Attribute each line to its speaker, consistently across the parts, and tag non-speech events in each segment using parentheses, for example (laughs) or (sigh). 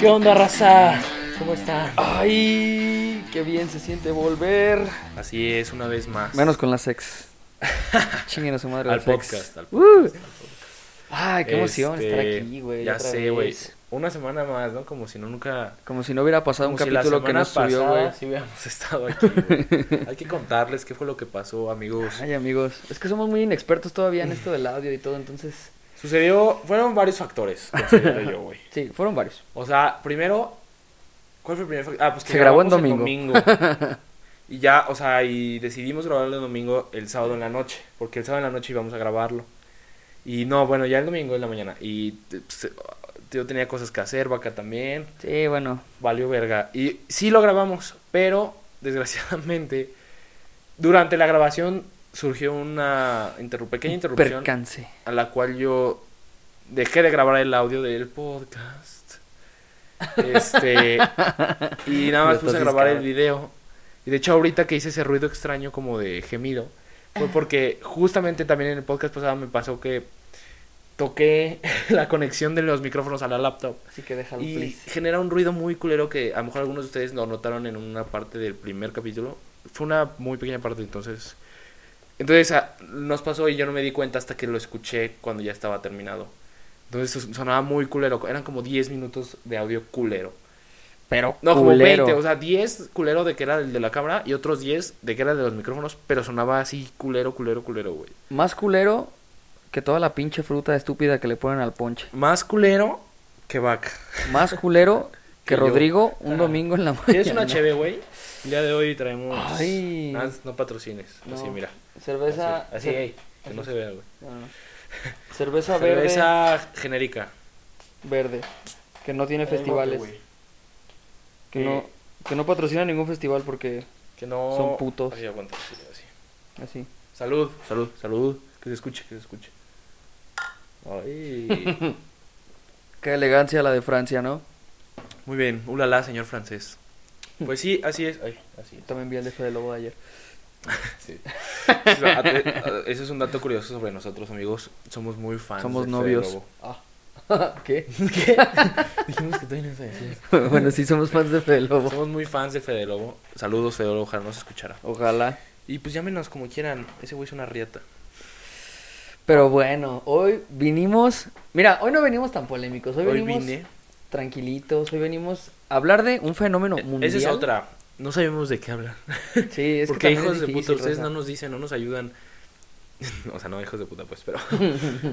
Speaker 1: ¿Qué onda, raza? ¿Cómo está?
Speaker 2: Ay, qué bien se siente volver.
Speaker 1: Así es, una vez más.
Speaker 2: Menos con las
Speaker 1: (laughs)
Speaker 2: ex. Chinguen a su madre.
Speaker 1: al
Speaker 2: las ex.
Speaker 1: podcast. Al podcast.
Speaker 2: Uh. Ay, qué emoción estar
Speaker 1: Este,
Speaker 2: aquí, güey.
Speaker 1: Ya
Speaker 2: otra
Speaker 1: sé, güey.
Speaker 2: vez.
Speaker 1: Una semana más, ¿no? Como si no nunca.
Speaker 2: Como si no hubiera pasado
Speaker 1: como
Speaker 2: un
Speaker 1: si la
Speaker 2: capítulo que
Speaker 1: semana
Speaker 2: nos subió,
Speaker 1: pasada
Speaker 2: güey.
Speaker 1: Sí, hubiéramos (laughs) estado aquí, güey. Hay que contarles qué fue lo que pasó, amigos.
Speaker 2: Ay, amigos. Es que somos muy inexpertos todavía en esto del audio y todo, entonces.
Speaker 1: Sucedió. Fueron varios factores, considero yo, güey.
Speaker 2: Sí, fueron varios.
Speaker 1: O sea, primero. ¿Cuál fue el primer factor? Ah, pues que
Speaker 2: Se grabó en
Speaker 1: grabamos el
Speaker 2: domingo. (laughs)
Speaker 1: domingo. Y ya, o sea, y decidimos grabarlo el domingo el sábado en la noche, porque el sábado en la noche íbamos a grabarlo. Y no, bueno, ya el domingo en la mañana. Y pues, yo tenía cosas que hacer, vaca también,
Speaker 2: Sí, bueno.
Speaker 1: valió verga. Y sí lo grabamos, pero desgraciadamente, durante la grabación surgió una interru- pequeña interrupción
Speaker 2: Percance.
Speaker 1: a la cual yo dejé de grabar el audio del podcast. Este, y nada más
Speaker 2: Lo
Speaker 1: puse a
Speaker 2: estás
Speaker 1: grabar el
Speaker 2: discando.
Speaker 1: video. Y de hecho ahorita que hice ese ruido extraño como de gemido, fue porque justamente también en el podcast pasado me pasó que toqué (laughs) la conexión de los micrófonos a la laptop
Speaker 2: Así que déjalo,
Speaker 1: y
Speaker 2: please.
Speaker 1: genera un ruido muy culero que a lo mejor algunos de ustedes lo notaron en una parte del primer capítulo. Fue una muy pequeña parte, entonces. Entonces a- nos pasó y yo no me di cuenta hasta que lo escuché cuando ya estaba terminado. Entonces su- sonaba muy culero. Eran como 10 minutos de audio culero.
Speaker 2: Pero
Speaker 1: No,
Speaker 2: culero.
Speaker 1: como 20. O sea, 10 culero de que era el de la cámara y otros 10 de que era de los micrófonos. Pero sonaba así culero, culero, culero, güey.
Speaker 2: Más culero que toda la pinche fruta estúpida que le ponen al ponche.
Speaker 1: Más culero que vaca.
Speaker 2: Más culero que
Speaker 1: (laughs) Que yo.
Speaker 2: Rodrigo un
Speaker 1: Ah.
Speaker 2: domingo en la mañana.
Speaker 1: ¿Tienes una chévere, güey? El día de hoy traemos.
Speaker 2: Pues Ay.
Speaker 1: Ah, no patrocines.
Speaker 2: No. Pues
Speaker 1: Así, mira.
Speaker 2: Cerveza.
Speaker 1: Así, así,
Speaker 2: cer-
Speaker 1: ey, que no se vea, güey.
Speaker 2: No, no. Cerveza, verde.
Speaker 1: Cerveza genérica.
Speaker 2: Verde. Que no tiene festivales. que, no,
Speaker 1: Eh.
Speaker 2: que no patrocina ningún festival porque.
Speaker 1: Que no.
Speaker 2: Son putos.
Speaker 1: Así, aguanta, así, así.
Speaker 2: Así.
Speaker 1: Salud, salud, salud. Que se escuche, que se escuche. Ay. (laughs)
Speaker 2: Qué elegancia la de Francia, ¿no?
Speaker 1: Muy bien, ulala, señor francés. Pues sí, así es. Ay, así es.
Speaker 2: También vi el de Fede Lobo de ayer.
Speaker 1: Sí. Eso ate- eso es un dato curioso sobre nosotros, amigos. Somos muy fans.
Speaker 2: Somos
Speaker 1: de Fede
Speaker 2: novios.
Speaker 1: Lobo.
Speaker 2: Ah. (laughs) ¿Qué?
Speaker 1: ¿Qué? Dijimos que todavía no sabes.
Speaker 2: bueno, sí, somos fans de Fede Lobo.
Speaker 1: Somos muy fans de Fede Lobo. Saludos, Fede Lobo, ojalá nos escuchara.
Speaker 2: Ojalá.
Speaker 1: Y pues llámenos como quieran. Ese güey es una riata.
Speaker 2: Pero bueno, hoy vinimos. Mira, hoy no venimos tan polémicos. Hoy,
Speaker 1: Hoy
Speaker 2: venimos
Speaker 1: vine.
Speaker 2: tranquilitos. Hoy venimos a hablar de un fenómeno mundial.
Speaker 1: E-, Esa es otra. No sabemos de qué hablar.
Speaker 2: Sí, es
Speaker 1: Porque
Speaker 2: que también
Speaker 1: hijos
Speaker 2: es
Speaker 1: de puta,
Speaker 2: difícil,
Speaker 1: ustedes
Speaker 2: raza.
Speaker 1: no nos dicen, no nos ayudan. (laughs) o sea, no hijos de puta, pues, pero. (laughs)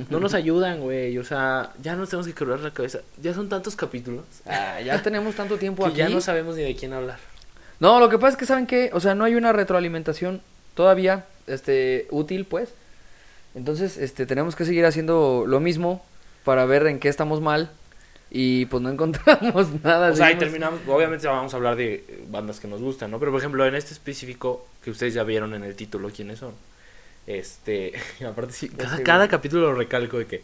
Speaker 1: no nos ayudan, güey. O sea, ya nos tenemos que quebrar la cabeza. Ya son tantos capítulos
Speaker 2: Ah, ya tenemos tanto tiempo
Speaker 1: que
Speaker 2: aquí.
Speaker 1: ya no sabemos ni de quién hablar.
Speaker 2: No, lo que pasa es que saben que, o sea, no hay una retroalimentación todavía este útil, pues. Entonces, este tenemos que seguir haciendo lo mismo para ver en qué estamos mal y pues no (laughs) encontramos nada.
Speaker 1: O sea, y
Speaker 2: seguimos-
Speaker 1: terminamos. Obviamente vamos a hablar de eh, bandas que nos gustan, ¿no? Pero por ejemplo, en este específico, que ustedes ya vieron en el título quiénes son. Este, (laughs) aparte sí, cada,
Speaker 2: sé,
Speaker 1: cada
Speaker 2: güey.
Speaker 1: capítulo lo recalco de que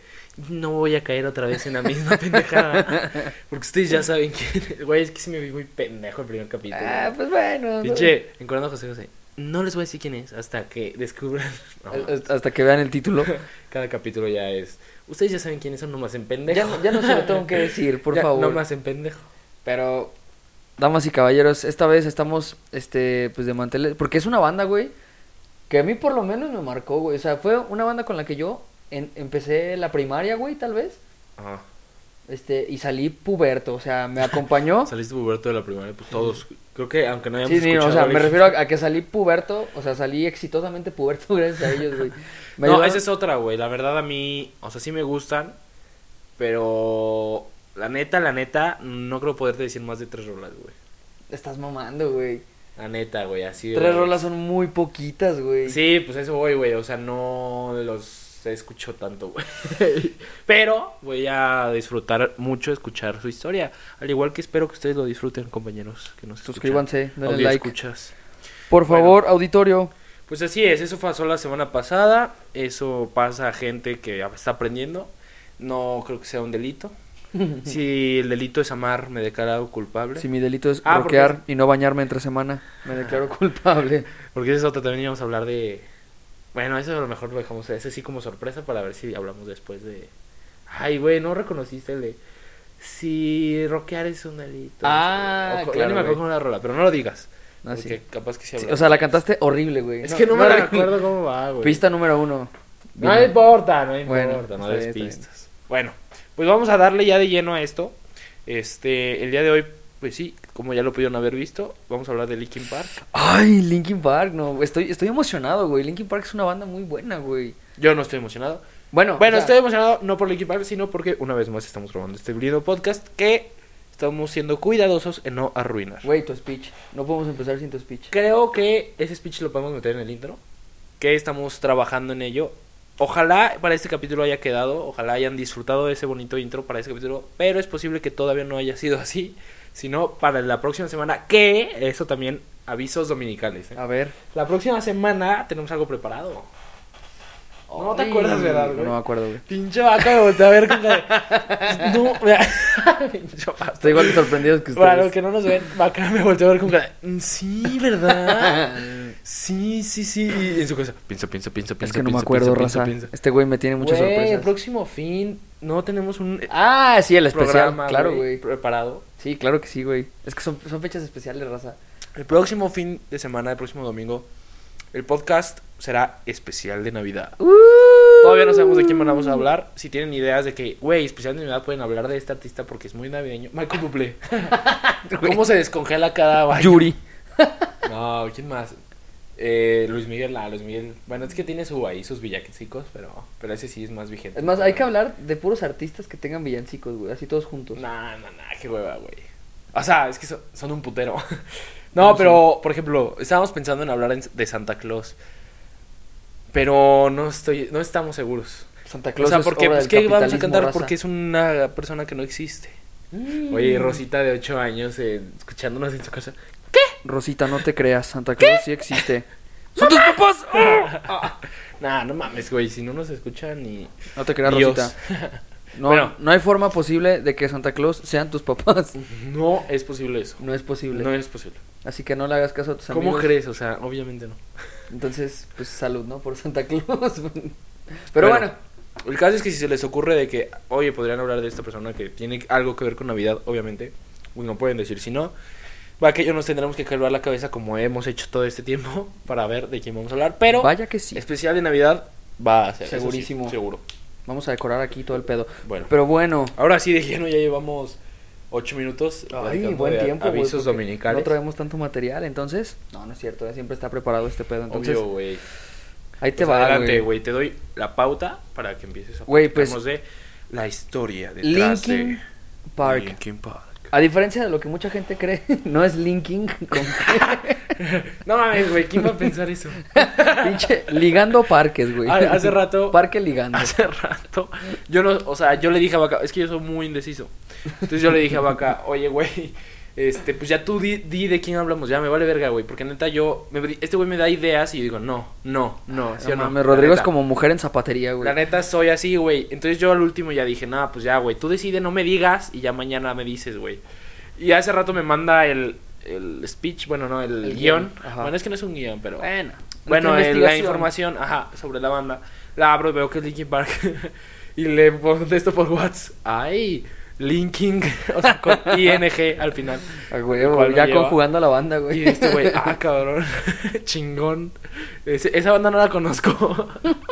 Speaker 1: no voy a caer otra vez en la misma (laughs) pendejada. Porque ustedes ya saben quién. Güey, es que sí me vi muy pendejo el primer capítulo.
Speaker 2: Ah, pues bueno.
Speaker 1: Pinche, encuadrando a José José. No les voy a decir quién es hasta que descubran. (laughs) No,
Speaker 2: Eh, eh, Hasta que vean el
Speaker 1: (laughs)
Speaker 2: título.
Speaker 1: cada capítulo ya es. Ustedes ya saben quiénes son, nomás en pendejo.
Speaker 2: ya, no- ya no se lo tengo que
Speaker 1: (laughs)
Speaker 2: decir, por
Speaker 1: Ya,
Speaker 2: favor.
Speaker 1: Nomás en pendejo.
Speaker 2: Pero damas y caballeros, esta vez estamos este pues de manteles porque es una banda, güey, que a mí por lo menos me marcó, güey. O sea, fue una banda con la que yo en- empecé la primaria, güey, tal vez.
Speaker 1: Ajá.
Speaker 2: Este, y salí puberto, o sea,
Speaker 1: (laughs)
Speaker 2: me acompañó. sí,
Speaker 1: Saliste puberto de la primaria, pues todos. Creo que aunque no hayamos
Speaker 2: sí, no,
Speaker 1: escuchado
Speaker 2: o sea,
Speaker 1: el-
Speaker 2: me refiero a, a que salí puberto, o sea, salí exitosamente puberto (laughs) gracias a ellos, güey. Me
Speaker 1: No,
Speaker 2: ayudaron-
Speaker 1: esa es otra, güey. La verdad a mí, o sea, sí me gustan, pero la neta, la neta, no creo poderte decir más de tres rolas, güey.
Speaker 2: Estás mamando, güey.
Speaker 1: La neta, güey, así. de-
Speaker 2: Tres rolas son muy poquitas, güey.
Speaker 1: Sí, pues eso voy, güey. O sea, no los escucho tanto, güey. (laughs) Pero voy a disfrutar mucho escuchar su historia. Al igual que espero que ustedes lo disfruten, compañeros. Que nos escuchan.
Speaker 2: Suscríbanse, denle
Speaker 1: Audio
Speaker 2: like.
Speaker 1: escuchas.
Speaker 2: Por
Speaker 1: Bueno.
Speaker 2: favor, auditorio,
Speaker 1: Pues así es, eso pasó la semana pasada. Eso pasa a gente que está aprendiendo. No creo que sea un (laughs) delito. Si el delito es amar, me declaro culpable.
Speaker 2: si mi delito es
Speaker 1: Ah, porque-
Speaker 2: bloquear y no bañarme entre semana, me declaro culpable.
Speaker 1: Porque ese es otro, también íbamos a hablar de... Bueno, eso a lo mejor lo dejamos, ese sí como sorpresa para ver si hablamos después de... Ay, güey, no reconociste el de... Si rockear es un delito.
Speaker 2: Ah,
Speaker 1: o co-
Speaker 2: claro,
Speaker 1: Ya ni me acuerdo
Speaker 2: güey.
Speaker 1: cómo era la rola, pero no lo digas.
Speaker 2: Ah,
Speaker 1: porque
Speaker 2: sí.
Speaker 1: capaz que sí
Speaker 2: Sí,
Speaker 1: habla.
Speaker 2: o sea, la cantaste horrible, güey.
Speaker 1: Es que no, me
Speaker 2: la-
Speaker 1: acuerdo cómo va, güey.
Speaker 2: Pista número uno.
Speaker 1: No
Speaker 2: Bien.
Speaker 1: importa, no
Speaker 2: Bueno,
Speaker 1: importa, no
Speaker 2: está bien,
Speaker 1: des
Speaker 2: está bien.
Speaker 1: pistas. Bueno, pues vamos a darle ya de lleno a esto. Este, el día de hoy, pues sí, como ya lo pudieron haber visto, vamos a hablar de Linkin Park.
Speaker 2: Ay, Linkin Park, no, estoy, estoy emocionado, güey. Linkin Park es una banda muy buena, güey.
Speaker 1: Yo no estoy emocionado.
Speaker 2: Bueno,
Speaker 1: bueno,
Speaker 2: o sea,
Speaker 1: estoy emocionado no por Linkin Park, sino porque una vez más estamos grabando este lindo podcast que estamos siendo cuidadosos en no arruinar.
Speaker 2: Güey, tu speech. No podemos empezar sin tu speech.
Speaker 1: Creo que ese speech lo podemos meter en el intro. Que estamos trabajando en ello. Ojalá para este capítulo haya quedado. Ojalá hayan disfrutado de ese bonito intro para este capítulo. Pero es posible que todavía no haya sido así. Sino para la próxima semana. Que eso también avisos dominicales. ¿eh?
Speaker 2: A ver.
Speaker 1: La próxima semana tenemos algo preparado. No te
Speaker 2: Ay,
Speaker 1: acuerdas, ¿verdad, güey?
Speaker 2: No me acuerdo, güey.
Speaker 1: Pinche vaca me volteó a ver con cara de- No, mira. (laughs) Pinche vaca.
Speaker 2: Estoy igual de sorprendido que ustedes.
Speaker 1: Para los que no nos ven, vaca me volteó a ver con cara de, "Mm, Sí, ¿verdad? (laughs) Sí, sí, sí. Y en su casa, pienso, pienso, pienso,
Speaker 2: (laughs) es
Speaker 1: pienso.
Speaker 2: que no me
Speaker 1: pienso,
Speaker 2: acuerdo,
Speaker 1: pienso,
Speaker 2: raza.
Speaker 1: pienso, pienso.
Speaker 2: Este güey me tiene muchas
Speaker 1: Güey, el
Speaker 2: sorpresas.
Speaker 1: próximo fin no tenemos un
Speaker 2: Ah, sí, el especial.
Speaker 1: programa
Speaker 2: claro,
Speaker 1: güey,
Speaker 2: güey.
Speaker 1: preparado.
Speaker 2: Sí, claro que sí, güey. Es que son, son fechas especiales, raza.
Speaker 1: El próximo fin de semana, el próximo domingo, el podcast será especial de Navidad. Uh. Todavía no sabemos de quién vamos
Speaker 2: Uh.
Speaker 1: a hablar. Si tienen ideas de que, güey, especial de Navidad pueden hablar de este artista porque es muy navideño. Michael
Speaker 2: (laughs)
Speaker 1: Bublé. ¿Cómo se descongela cada baño?
Speaker 2: Yuri.
Speaker 1: (laughs) No, ¿quién más? Eh, Luis Miguel, ah, Luis Miguel. Bueno, es que tiene su ahí sus villancicos, pero, pero ese sí es más vigente.
Speaker 2: Es más, hay que hablar de puros artistas que tengan villancicos, güey. Así todos juntos.
Speaker 1: No, no, no, qué hueva, güey. O sea, es que son, son un putero. (laughs) No, pero, por ejemplo, estábamos pensando en hablar en- de Santa Claus. Pero no estoy, no estamos seguros.
Speaker 2: Santa
Speaker 1: O
Speaker 2: Claus.
Speaker 1: sea,
Speaker 2: es
Speaker 1: porque
Speaker 2: obra
Speaker 1: pues,
Speaker 2: del
Speaker 1: ¿qué vamos a
Speaker 2: capitalismo,
Speaker 1: cantar?
Speaker 2: raza.
Speaker 1: Porque es una persona que no existe.
Speaker 2: Mm.
Speaker 1: Oye, Rosita de 8 años eh, escuchándonos en su casa.
Speaker 2: Rosita, no te creas. Santa Claus sí existe. ¡Son tus
Speaker 1: (laughs)
Speaker 2: papás!
Speaker 1: Ah. Nah, no mames, güey, si no nos escuchan y...
Speaker 2: No te creas,
Speaker 1: Dios.
Speaker 2: Rosita. No,
Speaker 1: Bueno.
Speaker 2: no hay forma posible de que Santa Claus sean
Speaker 1: (laughs)
Speaker 2: tus papás.
Speaker 1: (laughs) No es posible eso.
Speaker 2: No es posible.
Speaker 1: No es posible.
Speaker 2: Así que no le hagas caso a tus
Speaker 1: ¿Cómo
Speaker 2: amigos.
Speaker 1: crees? O sea, obviamente no.
Speaker 2: Entonces, pues salud, ¿no? Por Santa Claus. (laughs) Pero
Speaker 1: Pero
Speaker 2: bueno,
Speaker 1: El caso es que si se les ocurre de que, oye, podrían hablar de esta persona que tiene algo que ver con Navidad, obviamente, pues no pueden decir, si no, va que ellos nos tendremos que calvar la cabeza como hemos hecho todo este tiempo (laughs) para ver de quién vamos a hablar, pero
Speaker 2: vaya que sí.
Speaker 1: especial de Navidad va a ser. eso sí,
Speaker 2: Segurísimo.
Speaker 1: seguro.
Speaker 2: Vamos a decorar aquí todo el pedo.
Speaker 1: Bueno. Ah,
Speaker 2: Pero bueno.
Speaker 1: Ahora sí, de lleno ya llevamos ocho minutos.
Speaker 2: Ay,
Speaker 1: platicando
Speaker 2: buen
Speaker 1: de
Speaker 2: tiempo. güey,
Speaker 1: Avisos
Speaker 2: porque
Speaker 1: dominicales.
Speaker 2: No traemos tanto material, entonces. No, no es cierto, eh, siempre está preparado este pedo. Entonces,
Speaker 1: Obvio, güey.
Speaker 2: ahí te
Speaker 1: Pues
Speaker 2: va,
Speaker 1: adelante,
Speaker 2: güey.
Speaker 1: güey. Te doy la pauta para que empieces a
Speaker 2: Güey, pues,
Speaker 1: platicarnos de la historia detrás
Speaker 2: Linkin
Speaker 1: de
Speaker 2: Park.
Speaker 1: Linkin Park.
Speaker 2: A diferencia de lo que mucha gente cree, (laughs) no es linking con
Speaker 1: (laughs) No mames, güey, ¿quién va a pensar
Speaker 2: (laughs)
Speaker 1: eso?
Speaker 2: pinche ligando parques, güey.
Speaker 1: Ah, hace rato-
Speaker 2: (laughs) Parque ligando.
Speaker 1: Hace rato, yo no, o sea, yo le dije a Vaca, es que yo soy muy indeciso. Entonces yo le dije a Vaca, oye, güey, este, pues ya tú di, di de quién hablamos, ya me vale verga, güey, porque neta yo, me- este güey me da ideas y yo digo, no, no, no, ¿sí o
Speaker 2: No
Speaker 1: no?
Speaker 2: mames,
Speaker 1: La
Speaker 2: Rodrigo es
Speaker 1: neta.
Speaker 2: como mujer en zapatería,
Speaker 1: La
Speaker 2: güey.
Speaker 1: neta soy así, güey. Entonces yo al último ya dije, nada, pues ya, güey, tú decide, no me digas y ya mañana me dices, güey. Y hace rato me manda el, el speech, bueno, no, el,
Speaker 2: El
Speaker 1: guión.
Speaker 2: guión, ajá.
Speaker 1: Bueno, es que no es un guión, pero...
Speaker 2: Bueno,
Speaker 1: Bueno,
Speaker 2: nuestra
Speaker 1: eh, la
Speaker 2: investigación.
Speaker 1: información, ajá, sobre la banda. La abro, veo que es Linkin Park. (laughs) y le contesto por WhatsApp. Ay, Linkin, (laughs) o sea, con ING al final.
Speaker 2: Ah, güey, güey,
Speaker 1: ¿Cuál lo
Speaker 2: ya
Speaker 1: lleva?
Speaker 2: conjugando a la banda,
Speaker 1: Y
Speaker 2: güey.
Speaker 1: este
Speaker 2: (laughs)
Speaker 1: güey, ah, cabrón, (laughs) chingón. Ese- esa banda no la conozco. (laughs)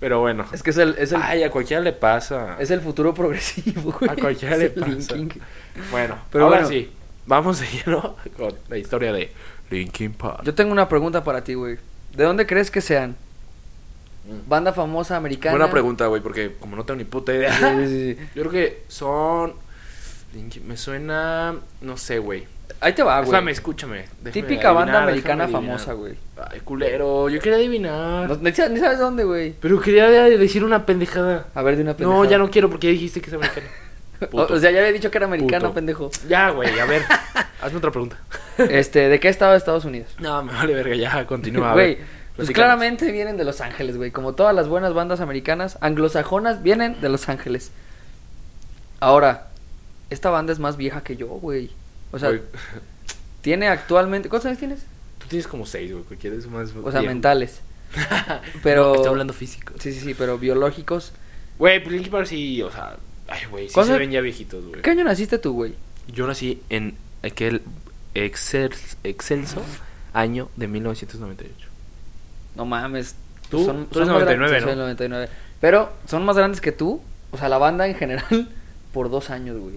Speaker 1: Pero bueno.
Speaker 2: Es que es el, es el,
Speaker 1: Ay, a cualquiera le pasa.
Speaker 2: es el futuro progresivo, güey.
Speaker 1: A cualquiera
Speaker 2: Es
Speaker 1: le
Speaker 2: el
Speaker 1: pasa.
Speaker 2: linking.
Speaker 1: Bueno, pero
Speaker 2: Pero
Speaker 1: ahora
Speaker 2: bueno.
Speaker 1: sí, vamos de lleno con la historia de Linkin Park.
Speaker 2: Yo tengo una pregunta para ti, güey. ¿De dónde crees que sean?
Speaker 1: Mm.
Speaker 2: Banda famosa americana.
Speaker 1: Buena pregunta, güey, porque como no tengo ni puta
Speaker 2: (laughs)
Speaker 1: idea.
Speaker 2: Sí, sí, sí.
Speaker 1: Yo creo que son. Linkin- Me suena. No sé, güey.
Speaker 2: Ahí te va, Ah, güey.
Speaker 1: Espérame, escúchame. déjame
Speaker 2: Típica
Speaker 1: adivinar,
Speaker 2: banda americana
Speaker 1: déjame adivinar.
Speaker 2: famosa, güey.
Speaker 1: Ay, culero. Yo quería adivinar.
Speaker 2: No, ni sa- ni sabes dónde, güey.
Speaker 1: Pero quería de- decir una pendejada.
Speaker 2: A ver, de una
Speaker 1: No,
Speaker 2: pendejada.
Speaker 1: ya no quiero porque ya dijiste que es americana.
Speaker 2: (laughs) O,
Speaker 1: Puto.
Speaker 2: o sea, ya había dicho que era americana,
Speaker 1: Puto. (laughs)
Speaker 2: pendejo.
Speaker 1: Ya, güey, a ver.
Speaker 2: (laughs)
Speaker 1: hazme otra pregunta.
Speaker 2: Este, ¿de qué estado de Estados Unidos?
Speaker 1: (laughs) No, me vale verga, ya, continúa. a
Speaker 2: Güey,
Speaker 1: ver,
Speaker 2: pues
Speaker 1: platícanos.
Speaker 2: claramente vienen de Los Ángeles, güey. Como todas las buenas bandas americanas, anglosajonas, vienen de Los Ángeles. Ahora, esta banda es más vieja que yo, güey. O sea,
Speaker 1: Güey, (laughs)
Speaker 2: tiene actualmente... ¿Cuántos años tienes?
Speaker 1: tú tienes como seis, güey. Cualquiera es más.
Speaker 2: O sea,
Speaker 1: viejo. (laughs)
Speaker 2: mentales. Pero...
Speaker 1: No, estoy hablando físico.
Speaker 2: Sí, sí, sí, pero biológicos.
Speaker 1: Güey, pues Linkin Park sí, o sea, Ay, güey, sí
Speaker 2: ¿Cuándo-
Speaker 1: se ven ya viejitos, güey.
Speaker 2: ¿Qué año naciste tú, güey?
Speaker 1: Yo nací en aquel excels- excelso año de 1998.
Speaker 2: No mames.
Speaker 1: Tú- tú eres
Speaker 2: más
Speaker 1: 99,
Speaker 2: grandes-
Speaker 1: ¿no?
Speaker 2: soy 99. Pero son más grandes que tú, o sea, la banda en general, (laughs) por dos años, güey.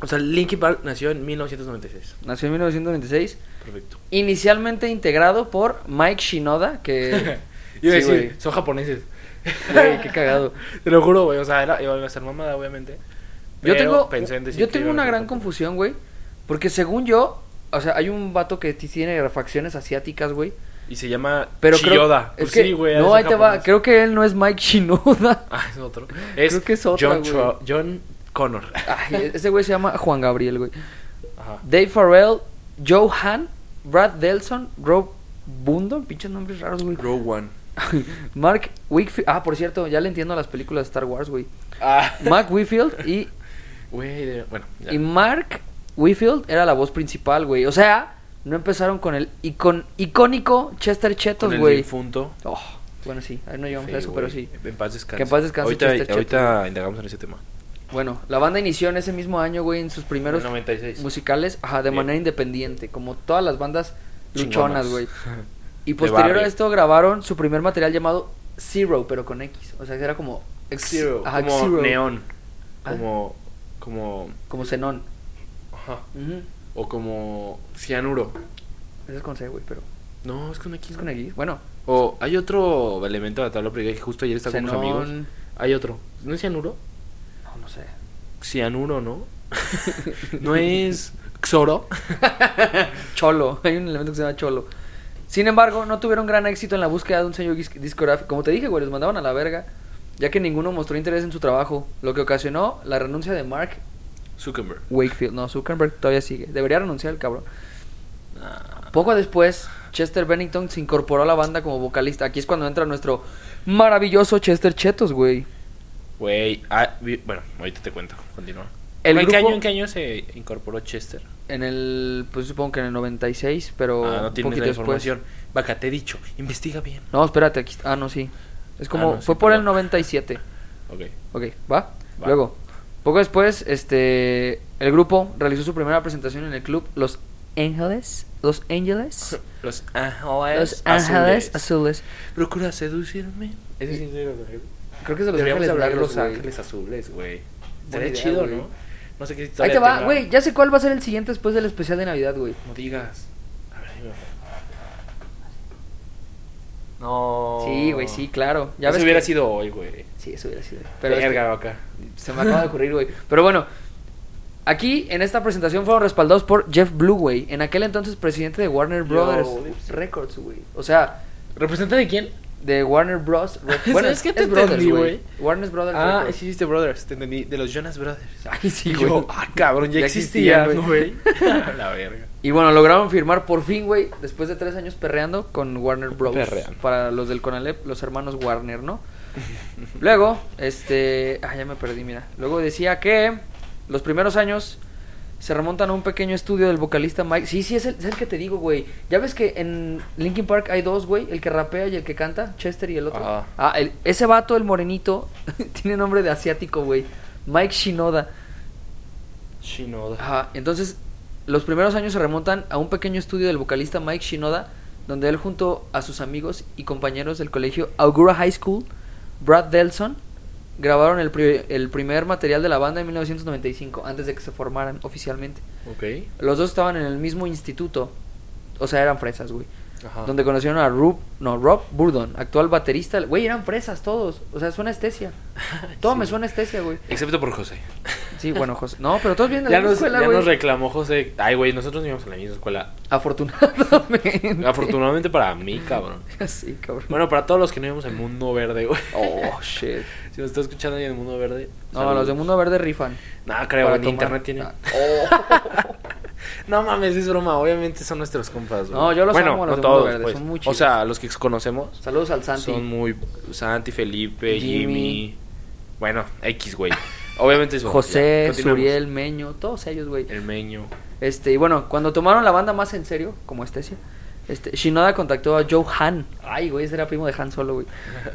Speaker 1: O sea, Linkin Park nació en 1996.
Speaker 2: Nació en 1996.
Speaker 1: Perfecto.
Speaker 2: Inicialmente integrado por Mike Shinoda, (laughs) que...
Speaker 1: (laughs) Eh, Iba a
Speaker 2: Sí,
Speaker 1: decir, son japoneses.
Speaker 2: güey. Güey, qué cagado.
Speaker 1: (laughs) Te lo juro, güey. O sea, era, iba a ser mamada, obviamente.
Speaker 2: Yo
Speaker 1: pero
Speaker 2: tengo,
Speaker 1: pensé en decir
Speaker 2: yo
Speaker 1: que
Speaker 2: tengo
Speaker 1: iban a
Speaker 2: una
Speaker 1: ser
Speaker 2: gran
Speaker 1: japoneses.
Speaker 2: confusión, güey. Porque según yo, o sea, hay un vato que ti- tiene facciones asiáticas, güey.
Speaker 1: Y se llama
Speaker 2: Pero
Speaker 1: Chiyoda.
Speaker 2: creo...
Speaker 1: Pues
Speaker 2: es que-
Speaker 1: sí, güey. ha de
Speaker 2: no,
Speaker 1: ser
Speaker 2: ahí te va.
Speaker 1: japonés.
Speaker 2: Creo que él no es Mike
Speaker 1: (laughs)
Speaker 2: Shinoda.
Speaker 1: Ah, es otro. Es
Speaker 2: Creo que es otra,
Speaker 1: John,
Speaker 2: güey.
Speaker 1: Cho- John Connor.
Speaker 2: Ay, e-, ese güey se llama Juan Gabriel, güey.
Speaker 1: Ajá.
Speaker 2: Dave Farrell, Joe Han, Brad Delson, Rob Bundon, pinches nombres raros, güey.
Speaker 1: Rogue One.
Speaker 2: (laughs) Mark Wickfield. Ah, por cierto, ya le entiendo a las películas de Star Wars, güey.
Speaker 1: Ah.
Speaker 2: Mark Wickfield
Speaker 1: (laughs)
Speaker 2: y,
Speaker 1: Güey, de- bueno. ya.
Speaker 2: y Mark Wickfield era la voz principal, güey. O sea, no empezaron con el icon, icónico Chester
Speaker 1: Con
Speaker 2: Chetos,
Speaker 1: el
Speaker 2: güey.
Speaker 1: difunto.
Speaker 2: Oh, bueno, sí, ahí no llegamos a eso, pero sí.
Speaker 1: En paz descanse.
Speaker 2: Que en paz descanse,
Speaker 1: Ahorita,
Speaker 2: Chester
Speaker 1: ahorita indagamos en ese tema.
Speaker 2: Bueno, la banda inició en ese mismo año, güey, en sus primeros
Speaker 1: 96.
Speaker 2: musicales, ajá, de
Speaker 1: Bien.
Speaker 2: manera independiente, como todas las bandas luchonas,
Speaker 1: Chingonas.
Speaker 2: güey. Y
Speaker 1: De
Speaker 2: posterior a
Speaker 1: barrio.
Speaker 2: esto grabaron su primer material llamado Zero, pero con X. O sea, que era como X-
Speaker 1: Zero.
Speaker 2: ajá,
Speaker 1: como
Speaker 2: Xero,
Speaker 1: neón.
Speaker 2: Ah.
Speaker 1: Como. Como.
Speaker 2: Como Xenón.
Speaker 1: Ajá.
Speaker 2: Ujú.
Speaker 1: O como. Cianuro.
Speaker 2: Ese es con C, güey, pero
Speaker 1: No, es con X.
Speaker 2: es con X. Bueno,
Speaker 1: O hay otro elemento de la tabla periódica que justo ayer estaba con unos
Speaker 2: Xenón.
Speaker 1: amigos. Hay otro. ¿No es cianuro?
Speaker 2: no, no sé.
Speaker 1: Cianuro,
Speaker 2: (laughs)
Speaker 1: ¿no? ¿No es Xoro?
Speaker 2: (laughs) Cholo, hay un elemento que se llama Cholo. Sin embargo, no tuvieron gran éxito en la búsqueda de un sello dis- discográfico. Como te dije, güey, los mandaban a la verga, ya que ninguno mostró interés en su trabajo, lo que ocasionó la renuncia de Mark
Speaker 1: Zuckerberg.
Speaker 2: Wakefield. No, Zuckerberg todavía sigue. Debería renunciar el cabrón. Poco después, Chester Bennington se incorporó a la banda como vocalista. Aquí es cuando entra nuestro maravilloso Chester Chetos, güey.
Speaker 1: Güey, ah, vi- bueno, ahorita te cuento, continúa.
Speaker 2: El
Speaker 1: ¿En, qué
Speaker 2: grupo-
Speaker 1: año, ¿En qué año se incorporó Chester?
Speaker 2: En el, pues supongo que en el 96, pero
Speaker 1: ah, no
Speaker 2: un
Speaker 1: tienes
Speaker 2: poquito
Speaker 1: la
Speaker 2: después.
Speaker 1: información. Vaca, te he dicho, investiga bien.
Speaker 2: No, espérate, aquí está- Ah, no, sí. Es como,
Speaker 1: Ah, no,
Speaker 2: fue
Speaker 1: sí,
Speaker 2: por el
Speaker 1: perdón.
Speaker 2: 97.
Speaker 1: Ok.
Speaker 2: Ok, ¿va?
Speaker 1: Va.
Speaker 2: Luego, poco después, este, el grupo realizó su primera presentación en el club Los Ángeles. Los Ángeles.
Speaker 1: Los
Speaker 2: (laughs) Los
Speaker 1: Ángeles
Speaker 2: Ángeles
Speaker 1: Azules.
Speaker 2: Azules.
Speaker 1: Procura seducirme. Ese sí es de Los Ángeles.
Speaker 2: Creo que es de Los
Speaker 1: Deberíamos
Speaker 2: Ángeles
Speaker 1: hablar de
Speaker 2: Negros,
Speaker 1: Los
Speaker 2: güey.
Speaker 1: Ángeles Azules, güey.
Speaker 2: Buena
Speaker 1: Sería
Speaker 2: idea,
Speaker 1: chido,
Speaker 2: güey.
Speaker 1: ¿no? No sé qué
Speaker 2: Ahí
Speaker 1: historia
Speaker 2: te va,
Speaker 1: tenga.
Speaker 2: güey. Ya sé cuál va a ser el siguiente después del especial de Navidad, güey.
Speaker 1: No digas. A ver, dime. No.
Speaker 2: Sí, güey, sí, claro. Ya
Speaker 1: Eso
Speaker 2: ves
Speaker 1: hubiera
Speaker 2: que-
Speaker 1: sido hoy, güey.
Speaker 2: Sí, eso hubiera sido. Pero
Speaker 1: Pero
Speaker 2: es que
Speaker 1: Verga, vaca.
Speaker 2: se me acaba de ocurrir, güey. Pero bueno, aquí en esta presentación fueron respaldados por Jeff Blue, güey. En aquel entonces presidente de Warner Brothers
Speaker 1: Dipsy.
Speaker 2: Records, güey. O sea,
Speaker 1: ¿Representa de quién?
Speaker 2: de Warner Bros. Rec- bueno,
Speaker 1: (laughs) ¿Sabes
Speaker 2: es,
Speaker 1: qué
Speaker 2: es
Speaker 1: te
Speaker 2: Brothers,
Speaker 1: entendí,
Speaker 2: güey.
Speaker 1: güey?
Speaker 2: Warner Brothers
Speaker 1: Ah,
Speaker 2: Records.
Speaker 1: sí hiciste Brothers, te entendí. De los Jonas (laughs) Brothers.
Speaker 2: Ay, sí,
Speaker 1: Y
Speaker 2: güey.
Speaker 1: yo, ah, cabrón, ya,
Speaker 2: Ya
Speaker 1: existía,
Speaker 2: existían, güey.
Speaker 1: güey. (laughs) la verga.
Speaker 2: Y bueno, lograron firmar por fin, güey, después de tres años perreando con Warner Bros.
Speaker 1: Perreando.
Speaker 2: Para los del Conalep, los hermanos Warner, ¿no? Luego, este... Ah, ya me perdí, mira. Luego decía que los primeros años se remontan a un pequeño estudio del vocalista Mike... Sí, sí, es el, es el que te digo, güey. Ya ves que en Linkin Park hay dos, güey. El que rapea y el que canta, Chester y el otro.
Speaker 1: Ajá.
Speaker 2: Ah, el- ese vato, el morenito, (laughs) tiene nombre de asiático, güey. Mike Shinoda.
Speaker 1: Shinoda.
Speaker 2: Ajá, entonces los primeros años se remontan a un pequeño estudio del vocalista Mike Shinoda, donde él junto a sus amigos y compañeros del colegio Augura High School, Brad Delson, grabaron el, pri- el primer material de la banda en 1995, antes de que se formaran oficialmente.
Speaker 1: Ok.
Speaker 2: Los dos estaban en el mismo instituto, o sea, eran fresas, güey.
Speaker 1: Ajá.
Speaker 2: Donde conocieron a Rub, no, Rob Burdon, actual baterista. Güey, eran fresas todos. O sea, suena estesia. (laughs)
Speaker 1: (laughs)
Speaker 2: Todo me
Speaker 1: Sí.
Speaker 2: suena estesia, güey.
Speaker 1: Excepto por José.
Speaker 2: Sí, bueno, José. No, pero todos vienen de
Speaker 1: Ya
Speaker 2: la misma
Speaker 1: nos,
Speaker 2: escuela,
Speaker 1: ya
Speaker 2: güey.
Speaker 1: nos reclamó José. Ay, güey, nosotros no íbamos a la misma
Speaker 2: (laughs)
Speaker 1: escuela.
Speaker 2: Afortunadamente.
Speaker 1: Afortunadamente para mí, cabrón.
Speaker 2: (laughs) Sí, cabrón.
Speaker 1: Bueno, pues, para todos los que no íbamos en Mundo Verde, güey.
Speaker 2: Oh,
Speaker 1: (laughs)
Speaker 2: shit.
Speaker 1: Si nos está escuchando alguien en Mundo Verde.
Speaker 2: No, los de Mundo Verde rifan.
Speaker 1: No, creo,
Speaker 2: para
Speaker 1: en
Speaker 2: tomar.
Speaker 1: internet tiene. (laughs)
Speaker 2: Ah, oh.
Speaker 1: No mames, es broma. Obviamente son nuestros compas, güey.
Speaker 2: No, yo los
Speaker 1: bueno,
Speaker 2: amo a los
Speaker 1: no
Speaker 2: de Mundo
Speaker 1: todos,
Speaker 2: Verde,
Speaker 1: pues.
Speaker 2: son muy
Speaker 1: O sea, los que conocemos.
Speaker 2: Saludos al Santi.
Speaker 1: Son muy. Santi, Felipe,
Speaker 2: Jimmy.
Speaker 1: Jimmy. Bueno, X, güey. Obviamente eso.
Speaker 2: José,
Speaker 1: Pues, ya, continuemos.
Speaker 2: Suriel, Meño, todos ellos, güey.
Speaker 1: El Meño.
Speaker 2: Este, y bueno, cuando tomaron la banda más en serio, como Estesia, este, Shinoda contactó
Speaker 1: (laughs)
Speaker 2: a Joe Han. Ay, güey, ese era primo de Han Solo, güey.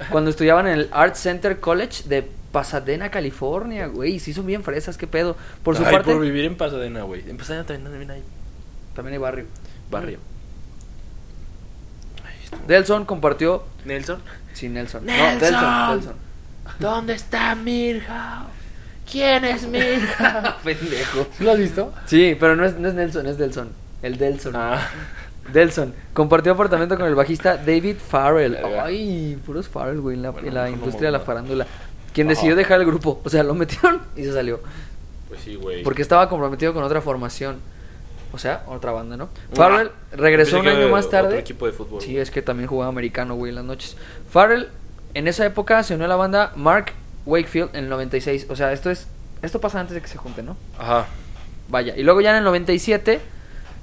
Speaker 2: Cuando estudiaban en el Art Center College de Pasadena, California, güey. Sí son bien fresas, qué pedo. Por su
Speaker 1: Ay,
Speaker 2: parte,
Speaker 1: por vivir en Pasadena, güey. En Pasadena también, también hay
Speaker 2: también hay barrio.
Speaker 1: barrio.
Speaker 2: Mm. Delson compartió...
Speaker 1: Nelson.
Speaker 2: Sí, Nelson.
Speaker 1: ¡Nelson!
Speaker 2: No, Delson. Delson.
Speaker 1: ¿Dónde está Mirja? ¿Quién es Mirja?
Speaker 2: (laughs)
Speaker 1: (laughs)
Speaker 2: Pendejo.
Speaker 1: ¿Lo has visto?
Speaker 2: Sí, pero no es, no es Nelson, es Delson. El Delson.
Speaker 1: Ah.
Speaker 2: Delson compartió apartamento con el bajista David Farrell.
Speaker 1: Verga.
Speaker 2: Ay, puros Farrell, güey, en la,
Speaker 1: Bueno,
Speaker 2: en la
Speaker 1: mejor no
Speaker 2: industria de la
Speaker 1: mamá.
Speaker 2: farándula. Quien
Speaker 1: Ajá.
Speaker 2: decidió dejar el grupo. O sea, lo metieron y se salió.
Speaker 1: Pues sí, güey.
Speaker 2: Porque estaba comprometido con otra formación. O sea, otra banda, ¿no? Farrell regresó
Speaker 1: Ah,
Speaker 2: un
Speaker 1: Pensé que
Speaker 2: año más
Speaker 1: Otro
Speaker 2: tarde.
Speaker 1: equipo de fútbol.
Speaker 2: Sí, es que también jugaba americano, güey, en las noches. Farrell, en esa época, se unió a la banda Mark Wakefield en el 96. O sea, esto es esto pasa antes de que se junten, ¿no?
Speaker 1: Ajá.
Speaker 2: Vaya, y luego ya en el 97,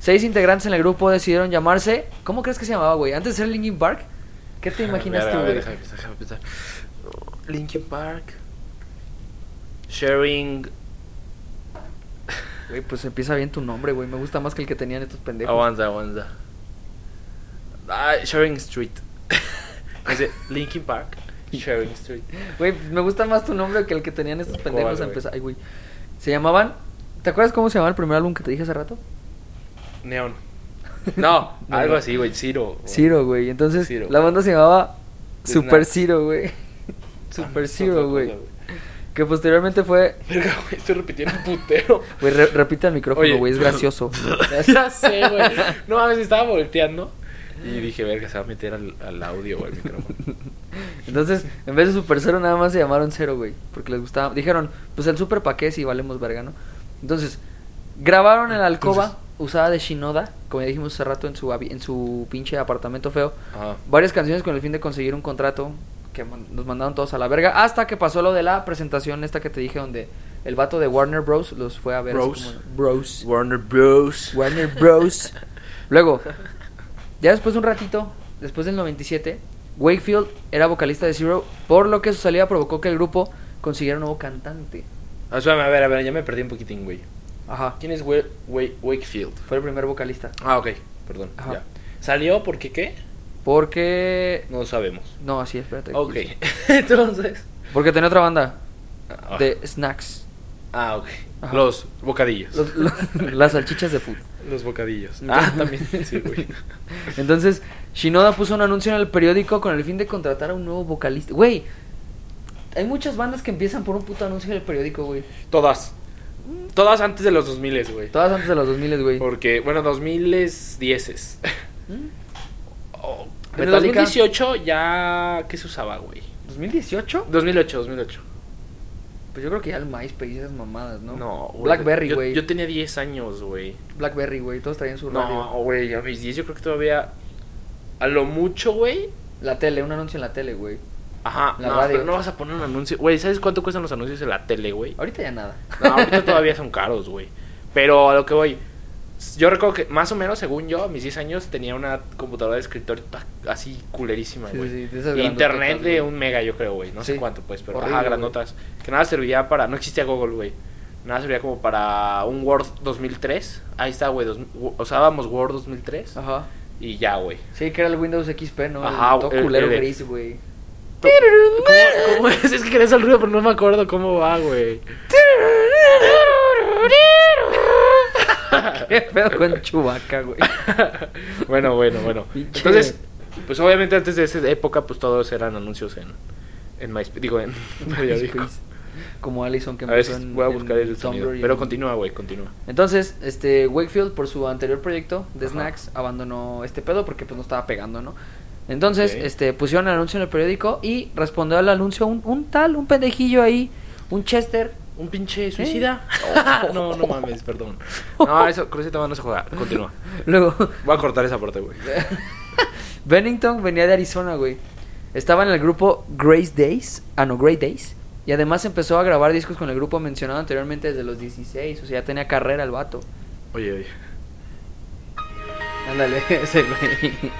Speaker 2: seis integrantes en el grupo decidieron llamarse. ¿Cómo crees que se llamaba, güey? Antes de ser Linkin Park.
Speaker 1: (laughs)
Speaker 2: ¿Qué te
Speaker 1: A
Speaker 2: imaginaste,
Speaker 1: ver, a ver,
Speaker 2: güey?
Speaker 1: déjame pensar, déjame pensar. Linkin Park. Sharing
Speaker 2: Güey, pues empieza bien tu nombre, güey. Me gusta más que el que tenían estos pendejos.
Speaker 1: Avanza, avanza. Ah, Sharing Street. (laughs) Es de Linkin Park. Sharing Street.
Speaker 2: Güey, pues, me gusta más tu nombre que el que tenían estos pendejos.
Speaker 1: güey?
Speaker 2: Empezar. Ay, güey. Se llamaban. ¿Te acuerdas cómo se llamaba el primer álbum que te dije hace rato?
Speaker 1: Neon. No,
Speaker 2: (laughs) No,
Speaker 1: algo
Speaker 2: no.
Speaker 1: así, güey. Ciro.
Speaker 2: Zero, güey. Entonces,
Speaker 1: Oh, Zero.
Speaker 2: la banda se llamaba
Speaker 1: Snap.
Speaker 2: Super Zero, güey. (laughs)
Speaker 1: Ah,
Speaker 2: Super Zero, güey. Que posteriormente fue.
Speaker 1: Verga, güey, estoy repitiendo un putero.
Speaker 2: Güey, re- repite el micrófono,
Speaker 1: Oye.
Speaker 2: güey. Es gracioso.
Speaker 1: (laughs) ya sé, güey. No mames, estaba volteando. Y dije, verga, se va a meter al, al audio o al micrófono.
Speaker 2: (laughs) Entonces, en vez de Super Cero, nada más se llamaron Cero, güey. Porque les gustaba. Dijeron, pues el Super pa' qué si valemos verga, ¿no? Entonces, grabaron en la alcoba usada de Shinoda, como ya dijimos hace rato, en su, habi- en su pinche apartamento feo.
Speaker 1: Ajá.
Speaker 2: Varias canciones con el fin de conseguir un contrato que man- nos mandaron todos a la verga. Hasta que pasó lo de la presentación esta que te dije, donde el vato de Warner Bros. los fue a ver. así
Speaker 1: Bros.
Speaker 2: como- Bros.
Speaker 1: Warner Bros.
Speaker 2: Warner Bros. Luego, ya después de un ratito, después del 97, Wakefield era vocalista de Zero, por lo que su salida provocó que el grupo consiguiera un nuevo cantante.
Speaker 1: Ah, (laughs) espérame, a ver, a ver, ya me perdí un poquitín, güey.
Speaker 2: Ajá.
Speaker 1: ¿Quién es Wa- Wa- Wakefield?
Speaker 2: Fue el primer vocalista.
Speaker 1: Ah, ok, perdón.
Speaker 2: Ajá.
Speaker 1: Ya. ¿Salió porque qué?
Speaker 2: Porque...
Speaker 1: No lo sabemos.
Speaker 2: No, así, espérate. aquí
Speaker 1: Ok,
Speaker 2: dice.
Speaker 1: (laughs) entonces.
Speaker 2: Porque tenía otra banda
Speaker 1: Ah,
Speaker 2: de snacks.
Speaker 1: Ah, ok.
Speaker 2: Ajá.
Speaker 1: Los bocadillos.
Speaker 2: Los- los- las salchichas de food.
Speaker 1: Los bocadillos.
Speaker 2: Ah,
Speaker 1: Ah,
Speaker 2: (laughs)
Speaker 1: también. Sí, güey.
Speaker 2: Entonces, Shinoda puso un anuncio en el periódico con el fin de contratar a un nuevo vocalista. Güey, hay muchas bandas que empiezan por un puto anuncio en el periódico, güey.
Speaker 1: Todas. Todas antes de los 2000, güey.
Speaker 2: Todas antes de los 2000, güey.
Speaker 1: Porque, bueno, 2010.
Speaker 2: ¿Mm?
Speaker 1: Oh, en el
Speaker 2: Metallica.
Speaker 1: 2018 ya... ¿Qué se usaba, güey?
Speaker 2: ¿2018?
Speaker 1: 2008, 2008.
Speaker 2: Pues yo creo que ya el MySpace, esas mamadas, ¿no?
Speaker 1: No, güey.
Speaker 2: Blackberry,
Speaker 1: Yo-
Speaker 2: güey.
Speaker 1: Yo, tenía 10 años, güey.
Speaker 2: Blackberry, güey. Todos traían su radio.
Speaker 1: No, güey, a mis 10 yo creo que todavía... A lo mucho, güey.
Speaker 2: La tele, un anuncio en la tele, güey.
Speaker 1: Ajá,
Speaker 2: La
Speaker 1: no,
Speaker 2: radio.
Speaker 1: pero no vas a poner un anuncio. Güey, ¿sabes cuánto cuestan los anuncios en la tele, güey?
Speaker 2: Ahorita ya nada.
Speaker 1: No, ahorita todavía son caros, güey. Pero a lo que voy. Yo recuerdo que, más o menos, según yo, a mis 10 años tenía una computadora de escritorio pa- así culerísima,
Speaker 2: Sí,
Speaker 1: güey.
Speaker 2: sí, de esas
Speaker 1: Internet
Speaker 2: grandototas,
Speaker 1: de
Speaker 2: güey.
Speaker 1: un mega, yo creo, güey. No
Speaker 2: Sí.
Speaker 1: sé cuánto, pues, pero
Speaker 2: Horrible,
Speaker 1: ajá,
Speaker 2: güey.
Speaker 1: grandotas. Que nada servía para. No existía Google, güey. Nada servía como para un Word 2003. Ahí está, güey. dos- Usábamos Word 2003
Speaker 2: (laughs) Ajá.
Speaker 1: y ya, güey.
Speaker 2: Sí, que era el Windows XP, ¿no?
Speaker 1: Ajá,
Speaker 2: El todo
Speaker 1: el-
Speaker 2: culero
Speaker 1: el de-
Speaker 2: gris, güey.
Speaker 1: ¿Cómo, cómo es? Es que quería hacer el ruido, pero no me acuerdo cómo va, güey. (laughs)
Speaker 2: Qué pedo con Chubaca, güey.
Speaker 1: bueno, bueno, bueno.
Speaker 2: Pinche.
Speaker 1: Entonces, pues obviamente antes de esa época, pues todos eran anuncios en, en MySpace. Digo,
Speaker 2: (laughs)
Speaker 1: en periódico.
Speaker 2: MySpace. Como Allison que
Speaker 1: A ver,
Speaker 2: empezó en,
Speaker 1: voy a
Speaker 2: en
Speaker 1: buscar el sonido.
Speaker 2: Tumblr y
Speaker 1: Pero
Speaker 2: en-
Speaker 1: continúa, güey, continúa.
Speaker 2: Entonces, este Wakefield por su anterior proyecto de
Speaker 1: Ajá.
Speaker 2: Snacks abandonó este pedo porque pues no estaba pegando, ¿no? Entonces,
Speaker 1: Ok.
Speaker 2: este pusieron el anuncio en el periódico y respondió al anuncio un, un tal, un pendejillo ahí, un Chester.
Speaker 1: ¿Un
Speaker 2: ¿Eh?
Speaker 1: pinche
Speaker 2: suicida?
Speaker 1: (laughs) no,
Speaker 2: (laughs)
Speaker 1: no mames, perdón. No, eso, con ese tema no se juega. Continúa.
Speaker 2: Luego,
Speaker 1: Voy a cortar esa parte,
Speaker 2: (laughs)
Speaker 1: güey.
Speaker 2: Bennington venía de Arizona, güey. Estaba en el grupo Grace Days, ah no, Great Days. Y además empezó a grabar discos con el grupo mencionado anteriormente desde los 16, o sea, ya tenía carrera el vato.
Speaker 1: Oye, oye.
Speaker 2: Ándale, (laughs)
Speaker 1: (laughs)
Speaker 2: ese güey.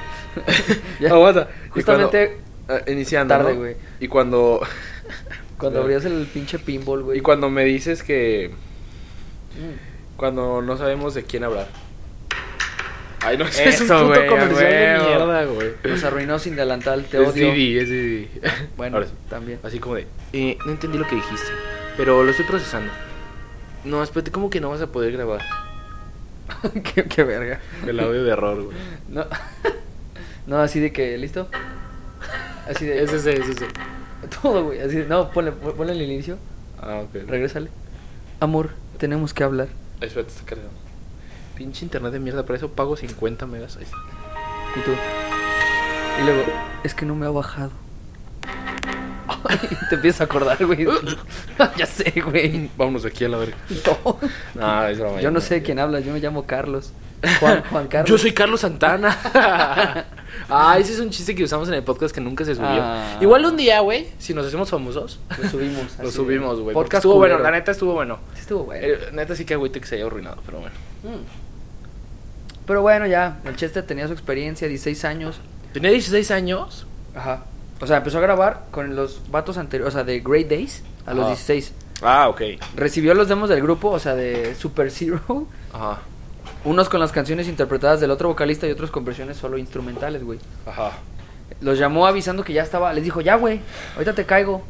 Speaker 2: Ya,
Speaker 1: Aguanta. Y
Speaker 2: Justamente
Speaker 1: cuando- ah, iniciando.
Speaker 2: tarde,
Speaker 1: ¿no?
Speaker 2: güey.
Speaker 1: Y cuando.
Speaker 2: cuando abrías el pinche pinball, güey.
Speaker 1: Y cuando me dices que.
Speaker 2: Mm.
Speaker 1: Cuando no sabemos de quién hablar. Ay, no, (laughs) (laughs) es un
Speaker 2: Eso,
Speaker 1: puto
Speaker 2: güey, a
Speaker 1: comercial de
Speaker 2: huevo.
Speaker 1: mierda, güey.
Speaker 2: Nos arruinó sin delantal, te
Speaker 1: es
Speaker 2: odio.
Speaker 1: Didi, es (laughs) Didi.
Speaker 2: Bueno,
Speaker 1: Ahora sí.
Speaker 2: también. (laughs)
Speaker 1: Así como de, eh, no entendí lo que dijiste, pero lo estoy procesando. No, espérate, ¿cómo que no vas a poder grabar?
Speaker 2: qué, qué verga.
Speaker 1: (laughs) El audio de error, güey.
Speaker 2: No. (laughs) no, así de que, ¿listo? Así de.
Speaker 1: Ese, ese, ese, ese.
Speaker 2: Todo, güey. Así de, no, ponle, ponle el inicio.
Speaker 1: Ah, ok.
Speaker 2: Regrésale. Amor, tenemos que hablar.
Speaker 1: Ay, espérate, está cargando. Pinche internet de mierda, para eso pago 50 megas. Ahí está.
Speaker 2: Y tú. Y luego, es que no me ha bajado. Y te empiezas a acordar,
Speaker 1: (laughs)
Speaker 2: güey. ya sé, güey.
Speaker 1: (laughs) Vámonos de aquí a la verga.
Speaker 2: No.
Speaker 1: No, es broma,
Speaker 2: Yo no
Speaker 1: es
Speaker 2: sé
Speaker 1: broma.
Speaker 2: quién habla, yo me llamo
Speaker 1: (laughs)
Speaker 2: Carlos. Juan, Juan Carlos.
Speaker 1: Yo soy Carlos Santana.
Speaker 2: (laughs)
Speaker 1: ah, ese es un chiste que usamos en el podcast que nunca se subió.
Speaker 2: Ah.
Speaker 1: Igual un día, güey, si nos hacemos famosos,
Speaker 2: Lo subimos.
Speaker 1: (laughs) lo
Speaker 2: así.
Speaker 1: subimos, güey. porque
Speaker 2: Podcast
Speaker 1: Estuvo
Speaker 2: culero.
Speaker 1: bueno, la neta estuvo bueno.
Speaker 2: Sí estuvo bueno.
Speaker 1: Eh, neta sí que agüite que se haya arruinado, pero bueno.
Speaker 2: Mm. Pero bueno, ya. Manchester tenía su experiencia, 16 años.
Speaker 1: Tenía 16 años.
Speaker 2: Ajá. O sea, empezó a grabar con los vatos anteriores, o sea, de Great Days a los
Speaker 1: Ajá.
Speaker 2: 16.
Speaker 1: Ah, ok.
Speaker 2: Recibió los demos del grupo, o sea, de Super Zero.
Speaker 1: Ajá.
Speaker 2: Unos con las canciones interpretadas del otro vocalista y otros con versiones solo instrumentales, güey.
Speaker 1: Ajá.
Speaker 2: Los llamó avisando que ya estaba. Les dijo, ya, güey, ahorita te caigo.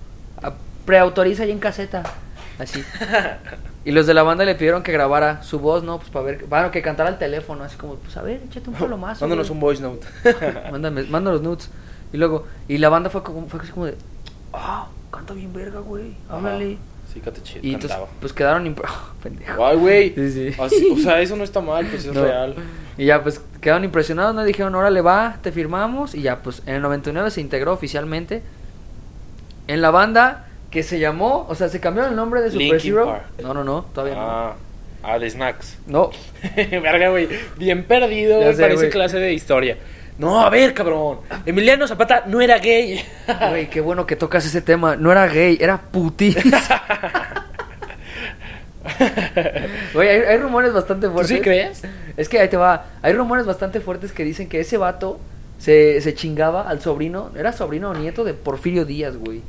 Speaker 2: A- Preautoriza y en caseta. Así. Y los de la banda le pidieron que grabara su voz, ¿no? Pues para ver. Bueno, que cantara al teléfono, así como, pues a ver,
Speaker 1: (laughs)
Speaker 2: échate un palo más.
Speaker 1: Mándanos un voice
Speaker 2: (laughs)
Speaker 1: note.
Speaker 2: Mándame, mándanos nudes. Y luego, y la banda fue como, fue así como de, ah, canta bien verga, güey, háblale.
Speaker 1: Ajá. Sí, canta chido.
Speaker 2: Y entonces,
Speaker 1: cantaba.
Speaker 2: pues quedaron, (laughs) impre- pendejo.
Speaker 1: Ay, güey.
Speaker 2: Sí, sí.
Speaker 1: Así- O sea, eso no está mal, pues es
Speaker 2: (laughs) No.
Speaker 1: real.
Speaker 2: Y ya, pues quedaron impresionados, no dijeron, órale, va, te firmamos. Y ya, pues en el 99 se integró oficialmente en la banda que se llamó, o sea, se cambió el nombre de
Speaker 1: Linkin
Speaker 2: Super Hero.
Speaker 1: Park.
Speaker 2: No, no, no, todavía
Speaker 1: Ah, ah, de snacks.
Speaker 2: no.
Speaker 1: (laughs)
Speaker 2: No,
Speaker 1: Verga, güey. Bien perdido,
Speaker 2: Ya
Speaker 1: güey.
Speaker 2: sé,
Speaker 1: Parece
Speaker 2: güey.
Speaker 1: clase de historia. No, a ver, cabrón. Emiliano Zapata no era gay. (laughs)
Speaker 2: güey, qué bueno que tocas ese tema. No era gay, era
Speaker 1: (laughs)
Speaker 2: putis. Güey, hay, hay rumores bastante
Speaker 1: ¿Tú
Speaker 2: fuertes.
Speaker 1: sí crees?
Speaker 2: Es que ahí te va. Hay rumores bastante fuertes que dicen que ese vato se, se chingaba al sobrino. Era sobrino o nieto de Porfirio Díaz, güey.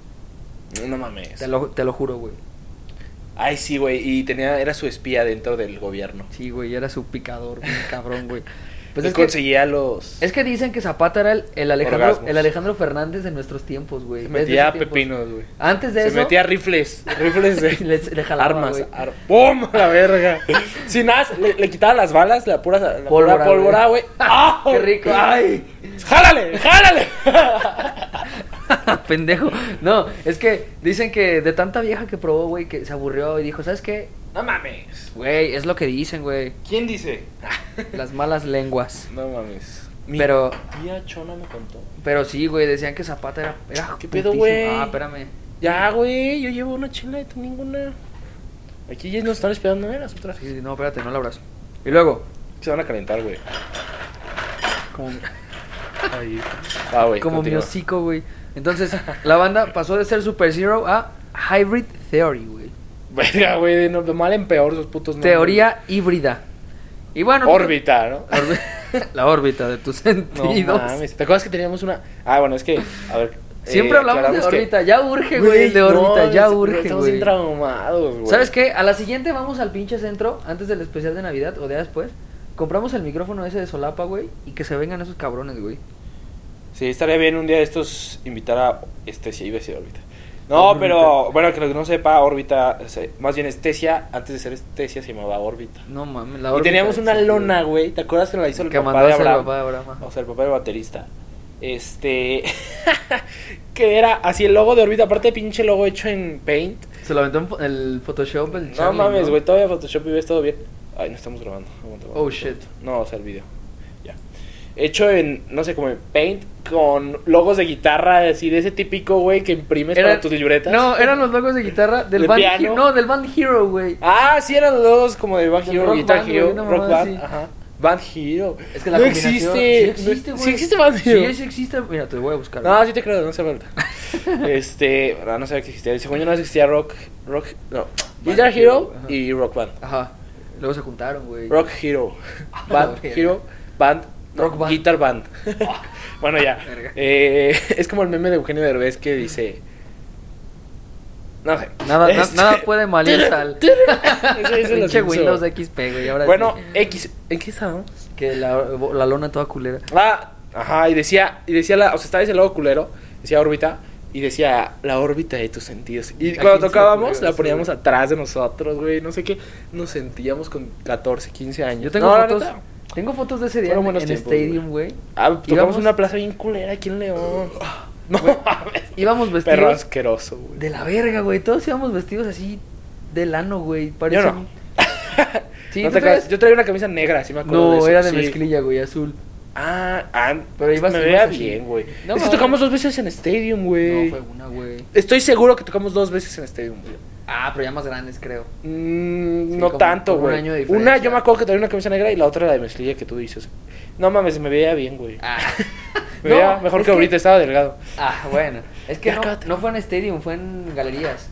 Speaker 1: No mames.
Speaker 2: Te lo, te lo juro, güey.
Speaker 1: Ay, sí, güey. Y tenía, era su espía dentro del gobierno.
Speaker 2: Sí, güey, era su picador, güey,
Speaker 1: (laughs)
Speaker 2: cabrón, güey. Pues
Speaker 1: y
Speaker 2: es, que,
Speaker 1: conseguía los.
Speaker 2: es que dicen que Zapata era el, el Alejandro,
Speaker 1: Orgasmos.
Speaker 2: el Alejandro Fernández de nuestros tiempos, güey.
Speaker 1: Se
Speaker 2: Desde
Speaker 1: metía
Speaker 2: esos tiempos.
Speaker 1: pepinos, güey.
Speaker 2: Antes de
Speaker 1: Se
Speaker 2: eso.
Speaker 1: metía rifles. Rifles de.
Speaker 2: Y les- (laughs) le jalaba,
Speaker 1: armas.
Speaker 2: güey.
Speaker 1: ar- ¡Pum! A La verga. Sin as, le, le quitaba las balas, la pura, la pura
Speaker 2: Pólvora,
Speaker 1: pólvora,
Speaker 2: (laughs)
Speaker 1: güey. ¡Ah!
Speaker 2: Qué rico.
Speaker 1: ¡Ay! ¡Jálale! ¡Jálale!
Speaker 2: (laughs) Pendejo. No, es que dicen que de tanta vieja que probó, güey, que se aburrió y dijo, ¿sabes qué?
Speaker 1: (laughs) no mames.
Speaker 2: Güey, es lo que dicen, güey.
Speaker 1: ¿Quién dice?
Speaker 2: Las malas lenguas.
Speaker 1: (laughs) No mames.
Speaker 2: Pero-
Speaker 1: Tía Chona me contó.
Speaker 2: Pero sí, güey, decían que Zapata era. era
Speaker 1: ¿Qué pedo,
Speaker 2: putísimo.
Speaker 1: güey?
Speaker 2: Ah, espérame.
Speaker 1: Ya, güey, yo llevo una chela y tú ninguna. Aquí ya nos están esperando, ¿eh? Las otras.
Speaker 2: Sí, sí, no, espérate, no la abras. Y luego,
Speaker 1: Se van a calentar, güey.
Speaker 2: como,
Speaker 1: Ah, güey.
Speaker 2: como mi
Speaker 1: continúa.
Speaker 2: hocico, güey. Entonces, la banda pasó de ser Super Zero a Hybrid Theory, güey.
Speaker 1: (laughs) Verga, güey, de, no- de mal en peor esos putos nombres.
Speaker 2: Teoría híbrida. Y bueno.
Speaker 1: Órbita, ¿no?
Speaker 2: Orbi- (laughs) la órbita de tus
Speaker 1: No
Speaker 2: sentidos.
Speaker 1: mames. ¿Te acuerdas que teníamos una. Ah, bueno, es que. A ver.
Speaker 2: (laughs) Siempre
Speaker 1: eh,
Speaker 2: hablamos de
Speaker 1: aclaramos que-
Speaker 2: órbita. Ya urge, güey, el de órbita.
Speaker 1: no,
Speaker 2: ya
Speaker 1: es-
Speaker 2: urge,
Speaker 1: Estamos bien
Speaker 2: güey.
Speaker 1: traumados, güey.
Speaker 2: ¿Sabes qué? A la siguiente vamos al pinche centro, antes del especial de Navidad o de después. Compramos el micrófono ese de solapa, güey, y que se vengan esos cabrones, güey.
Speaker 1: Sí, estaría bien un día de estos invitar a Estesia, iba a decir órbita. No,
Speaker 2: Órbita.
Speaker 1: pero bueno, que lo que no sepa, órbita, se- más bien Estesia, antes de ser Estesia se llamaba órbita.
Speaker 2: No mames, la
Speaker 1: Y
Speaker 2: órbita
Speaker 1: teníamos
Speaker 2: de
Speaker 1: una
Speaker 2: Saturno.
Speaker 1: lona, güey, ¿te acuerdas que la hizo el
Speaker 2: Que
Speaker 1: papá de
Speaker 2: mandó a hacer el
Speaker 1: Abraham?
Speaker 2: papá de Abraham, ajá.
Speaker 1: O sea, el papá del baterista. Este. (laughs) que era así el logo de órbita, aparte pinche logo hecho en Paint.
Speaker 2: Se lo aventó en fo- el Photoshop, el
Speaker 1: no
Speaker 2: Charlie,
Speaker 1: mames, güey, todavía Photoshop y ves todo bien. Ay, no estamos grabando. aguanta, aguanta,
Speaker 2: Oh,
Speaker 1: aguanta.
Speaker 2: shit.
Speaker 1: No, o sea, el video. Ya. Hecho en, no sé, como en Paint, con logos de guitarra, así de ese típico, güey, que imprimes
Speaker 2: Eran-
Speaker 1: para tus libretas.
Speaker 2: No, eran los logos de guitarra del
Speaker 1: Del
Speaker 2: band
Speaker 1: piano.
Speaker 2: Hero, no, del band Hero, güey.
Speaker 1: Ah, sí, eran los logos como de Band
Speaker 2: Del
Speaker 1: Hero,
Speaker 2: Rock
Speaker 1: Guitar
Speaker 2: Band,
Speaker 1: Hero,
Speaker 2: güey, una
Speaker 1: Rock
Speaker 2: mamada
Speaker 1: Band,
Speaker 2: así.
Speaker 1: ajá. Band Hero.
Speaker 2: Es que la
Speaker 1: no
Speaker 2: combinación-
Speaker 1: existe.
Speaker 2: Sí existe,
Speaker 1: no-
Speaker 2: güey.
Speaker 1: sí existe Band Hero. Ah,
Speaker 2: Sí, sí existe. Mira, te voy a buscar.
Speaker 1: No,
Speaker 2: güey.
Speaker 1: sí te creo, no se
Speaker 2: (laughs)
Speaker 1: falta. este, ah, no sabía que existía. Según yo no existía Rock, Rock, no. Guitar Hero
Speaker 2: Hero, ajá.
Speaker 1: y Rock Band.
Speaker 2: Ajá. Luego se juntaron, güey.
Speaker 1: Rock
Speaker 2: (laughs)
Speaker 1: Hero.
Speaker 2: Ah,
Speaker 1: Band
Speaker 2: verga.
Speaker 1: Hero. Band. no,
Speaker 2: Rock Band.
Speaker 1: Guitar
Speaker 2: (laughs)
Speaker 1: Band. (laughs) bueno, ya.
Speaker 2: Verga.
Speaker 1: (laughs) Eh, es como el meme de Eugenio Derbez que dice. No sé.
Speaker 2: Nada, na-
Speaker 1: Este- (laughs)
Speaker 2: nada puede malir tal.
Speaker 1: Ese es el
Speaker 2: Pinche
Speaker 1: ascensor.
Speaker 2: Windows XP, güey. Ahora
Speaker 1: Bueno,
Speaker 2: sí.
Speaker 1: X. ¿En qué estábamos?
Speaker 2: Que la, la lona toda culera.
Speaker 1: Ah, ajá, y decía, y decía la, o sea, estaba ese lado culero, decía órbita, y decía la órbita de tus sentidos. Y
Speaker 2: Aquí
Speaker 1: cuando
Speaker 2: está
Speaker 1: tocábamos,
Speaker 2: culero
Speaker 1: la
Speaker 2: eso,
Speaker 1: poníamos
Speaker 2: güey.
Speaker 1: atrás de nosotros, güey, no sé qué, nos sentíamos con 14, 15 años.
Speaker 2: Yo tengo
Speaker 1: No, la
Speaker 2: fotos.
Speaker 1: neta,
Speaker 2: Tengo fotos de ese día
Speaker 1: Fueron
Speaker 2: en,
Speaker 1: buenos
Speaker 2: en
Speaker 1: tiempos,
Speaker 2: Stadium, güey.
Speaker 1: ah, tocamos
Speaker 2: Íbamos-
Speaker 1: una plaza bien culera aquí en León. (laughs) No mames.
Speaker 2: Íbamos vestidos
Speaker 1: Perro asqueroso, güey. (laughs)
Speaker 2: de la verga, güey. Todos íbamos vestidos así de lano, güey. Parecía
Speaker 1: Yo no.
Speaker 2: un- Sí,
Speaker 1: No
Speaker 2: ¿tú
Speaker 1: te
Speaker 2: traías?
Speaker 1: creas, Yo traía una camisa negra, sí me acuerdo.
Speaker 2: No,
Speaker 1: eso,
Speaker 2: era de
Speaker 1: sí.
Speaker 2: mezclilla, güey, azul.
Speaker 1: Ah, ah,
Speaker 2: Pero ibas-
Speaker 1: me
Speaker 2: ibas
Speaker 1: veía
Speaker 2: así.
Speaker 1: bien, güey.
Speaker 2: No
Speaker 1: es que
Speaker 2: mames.
Speaker 1: tocamos dos veces en Stadium, güey.
Speaker 2: No, fue una, güey.
Speaker 1: Estoy seguro que tocamos dos veces en Stadium, güey.
Speaker 2: Ah, pero ya más grandes, creo.
Speaker 1: Mm,
Speaker 2: Sí,
Speaker 1: no
Speaker 2: como
Speaker 1: tanto,
Speaker 2: por un
Speaker 1: güey.
Speaker 2: año de diferencia.
Speaker 1: Una yo me acuerdo que tenía una camisa negra y la otra la de mezclilla que tú dices. No mames, me veía bien, güey.
Speaker 2: Ah,
Speaker 1: (laughs) Me veía mejor
Speaker 2: es
Speaker 1: que, ahorita, estaba delgado.
Speaker 2: Ah, bueno. Es que
Speaker 1: Ya
Speaker 2: no,
Speaker 1: cállate.
Speaker 2: no fue en Stadium, fue en galerías.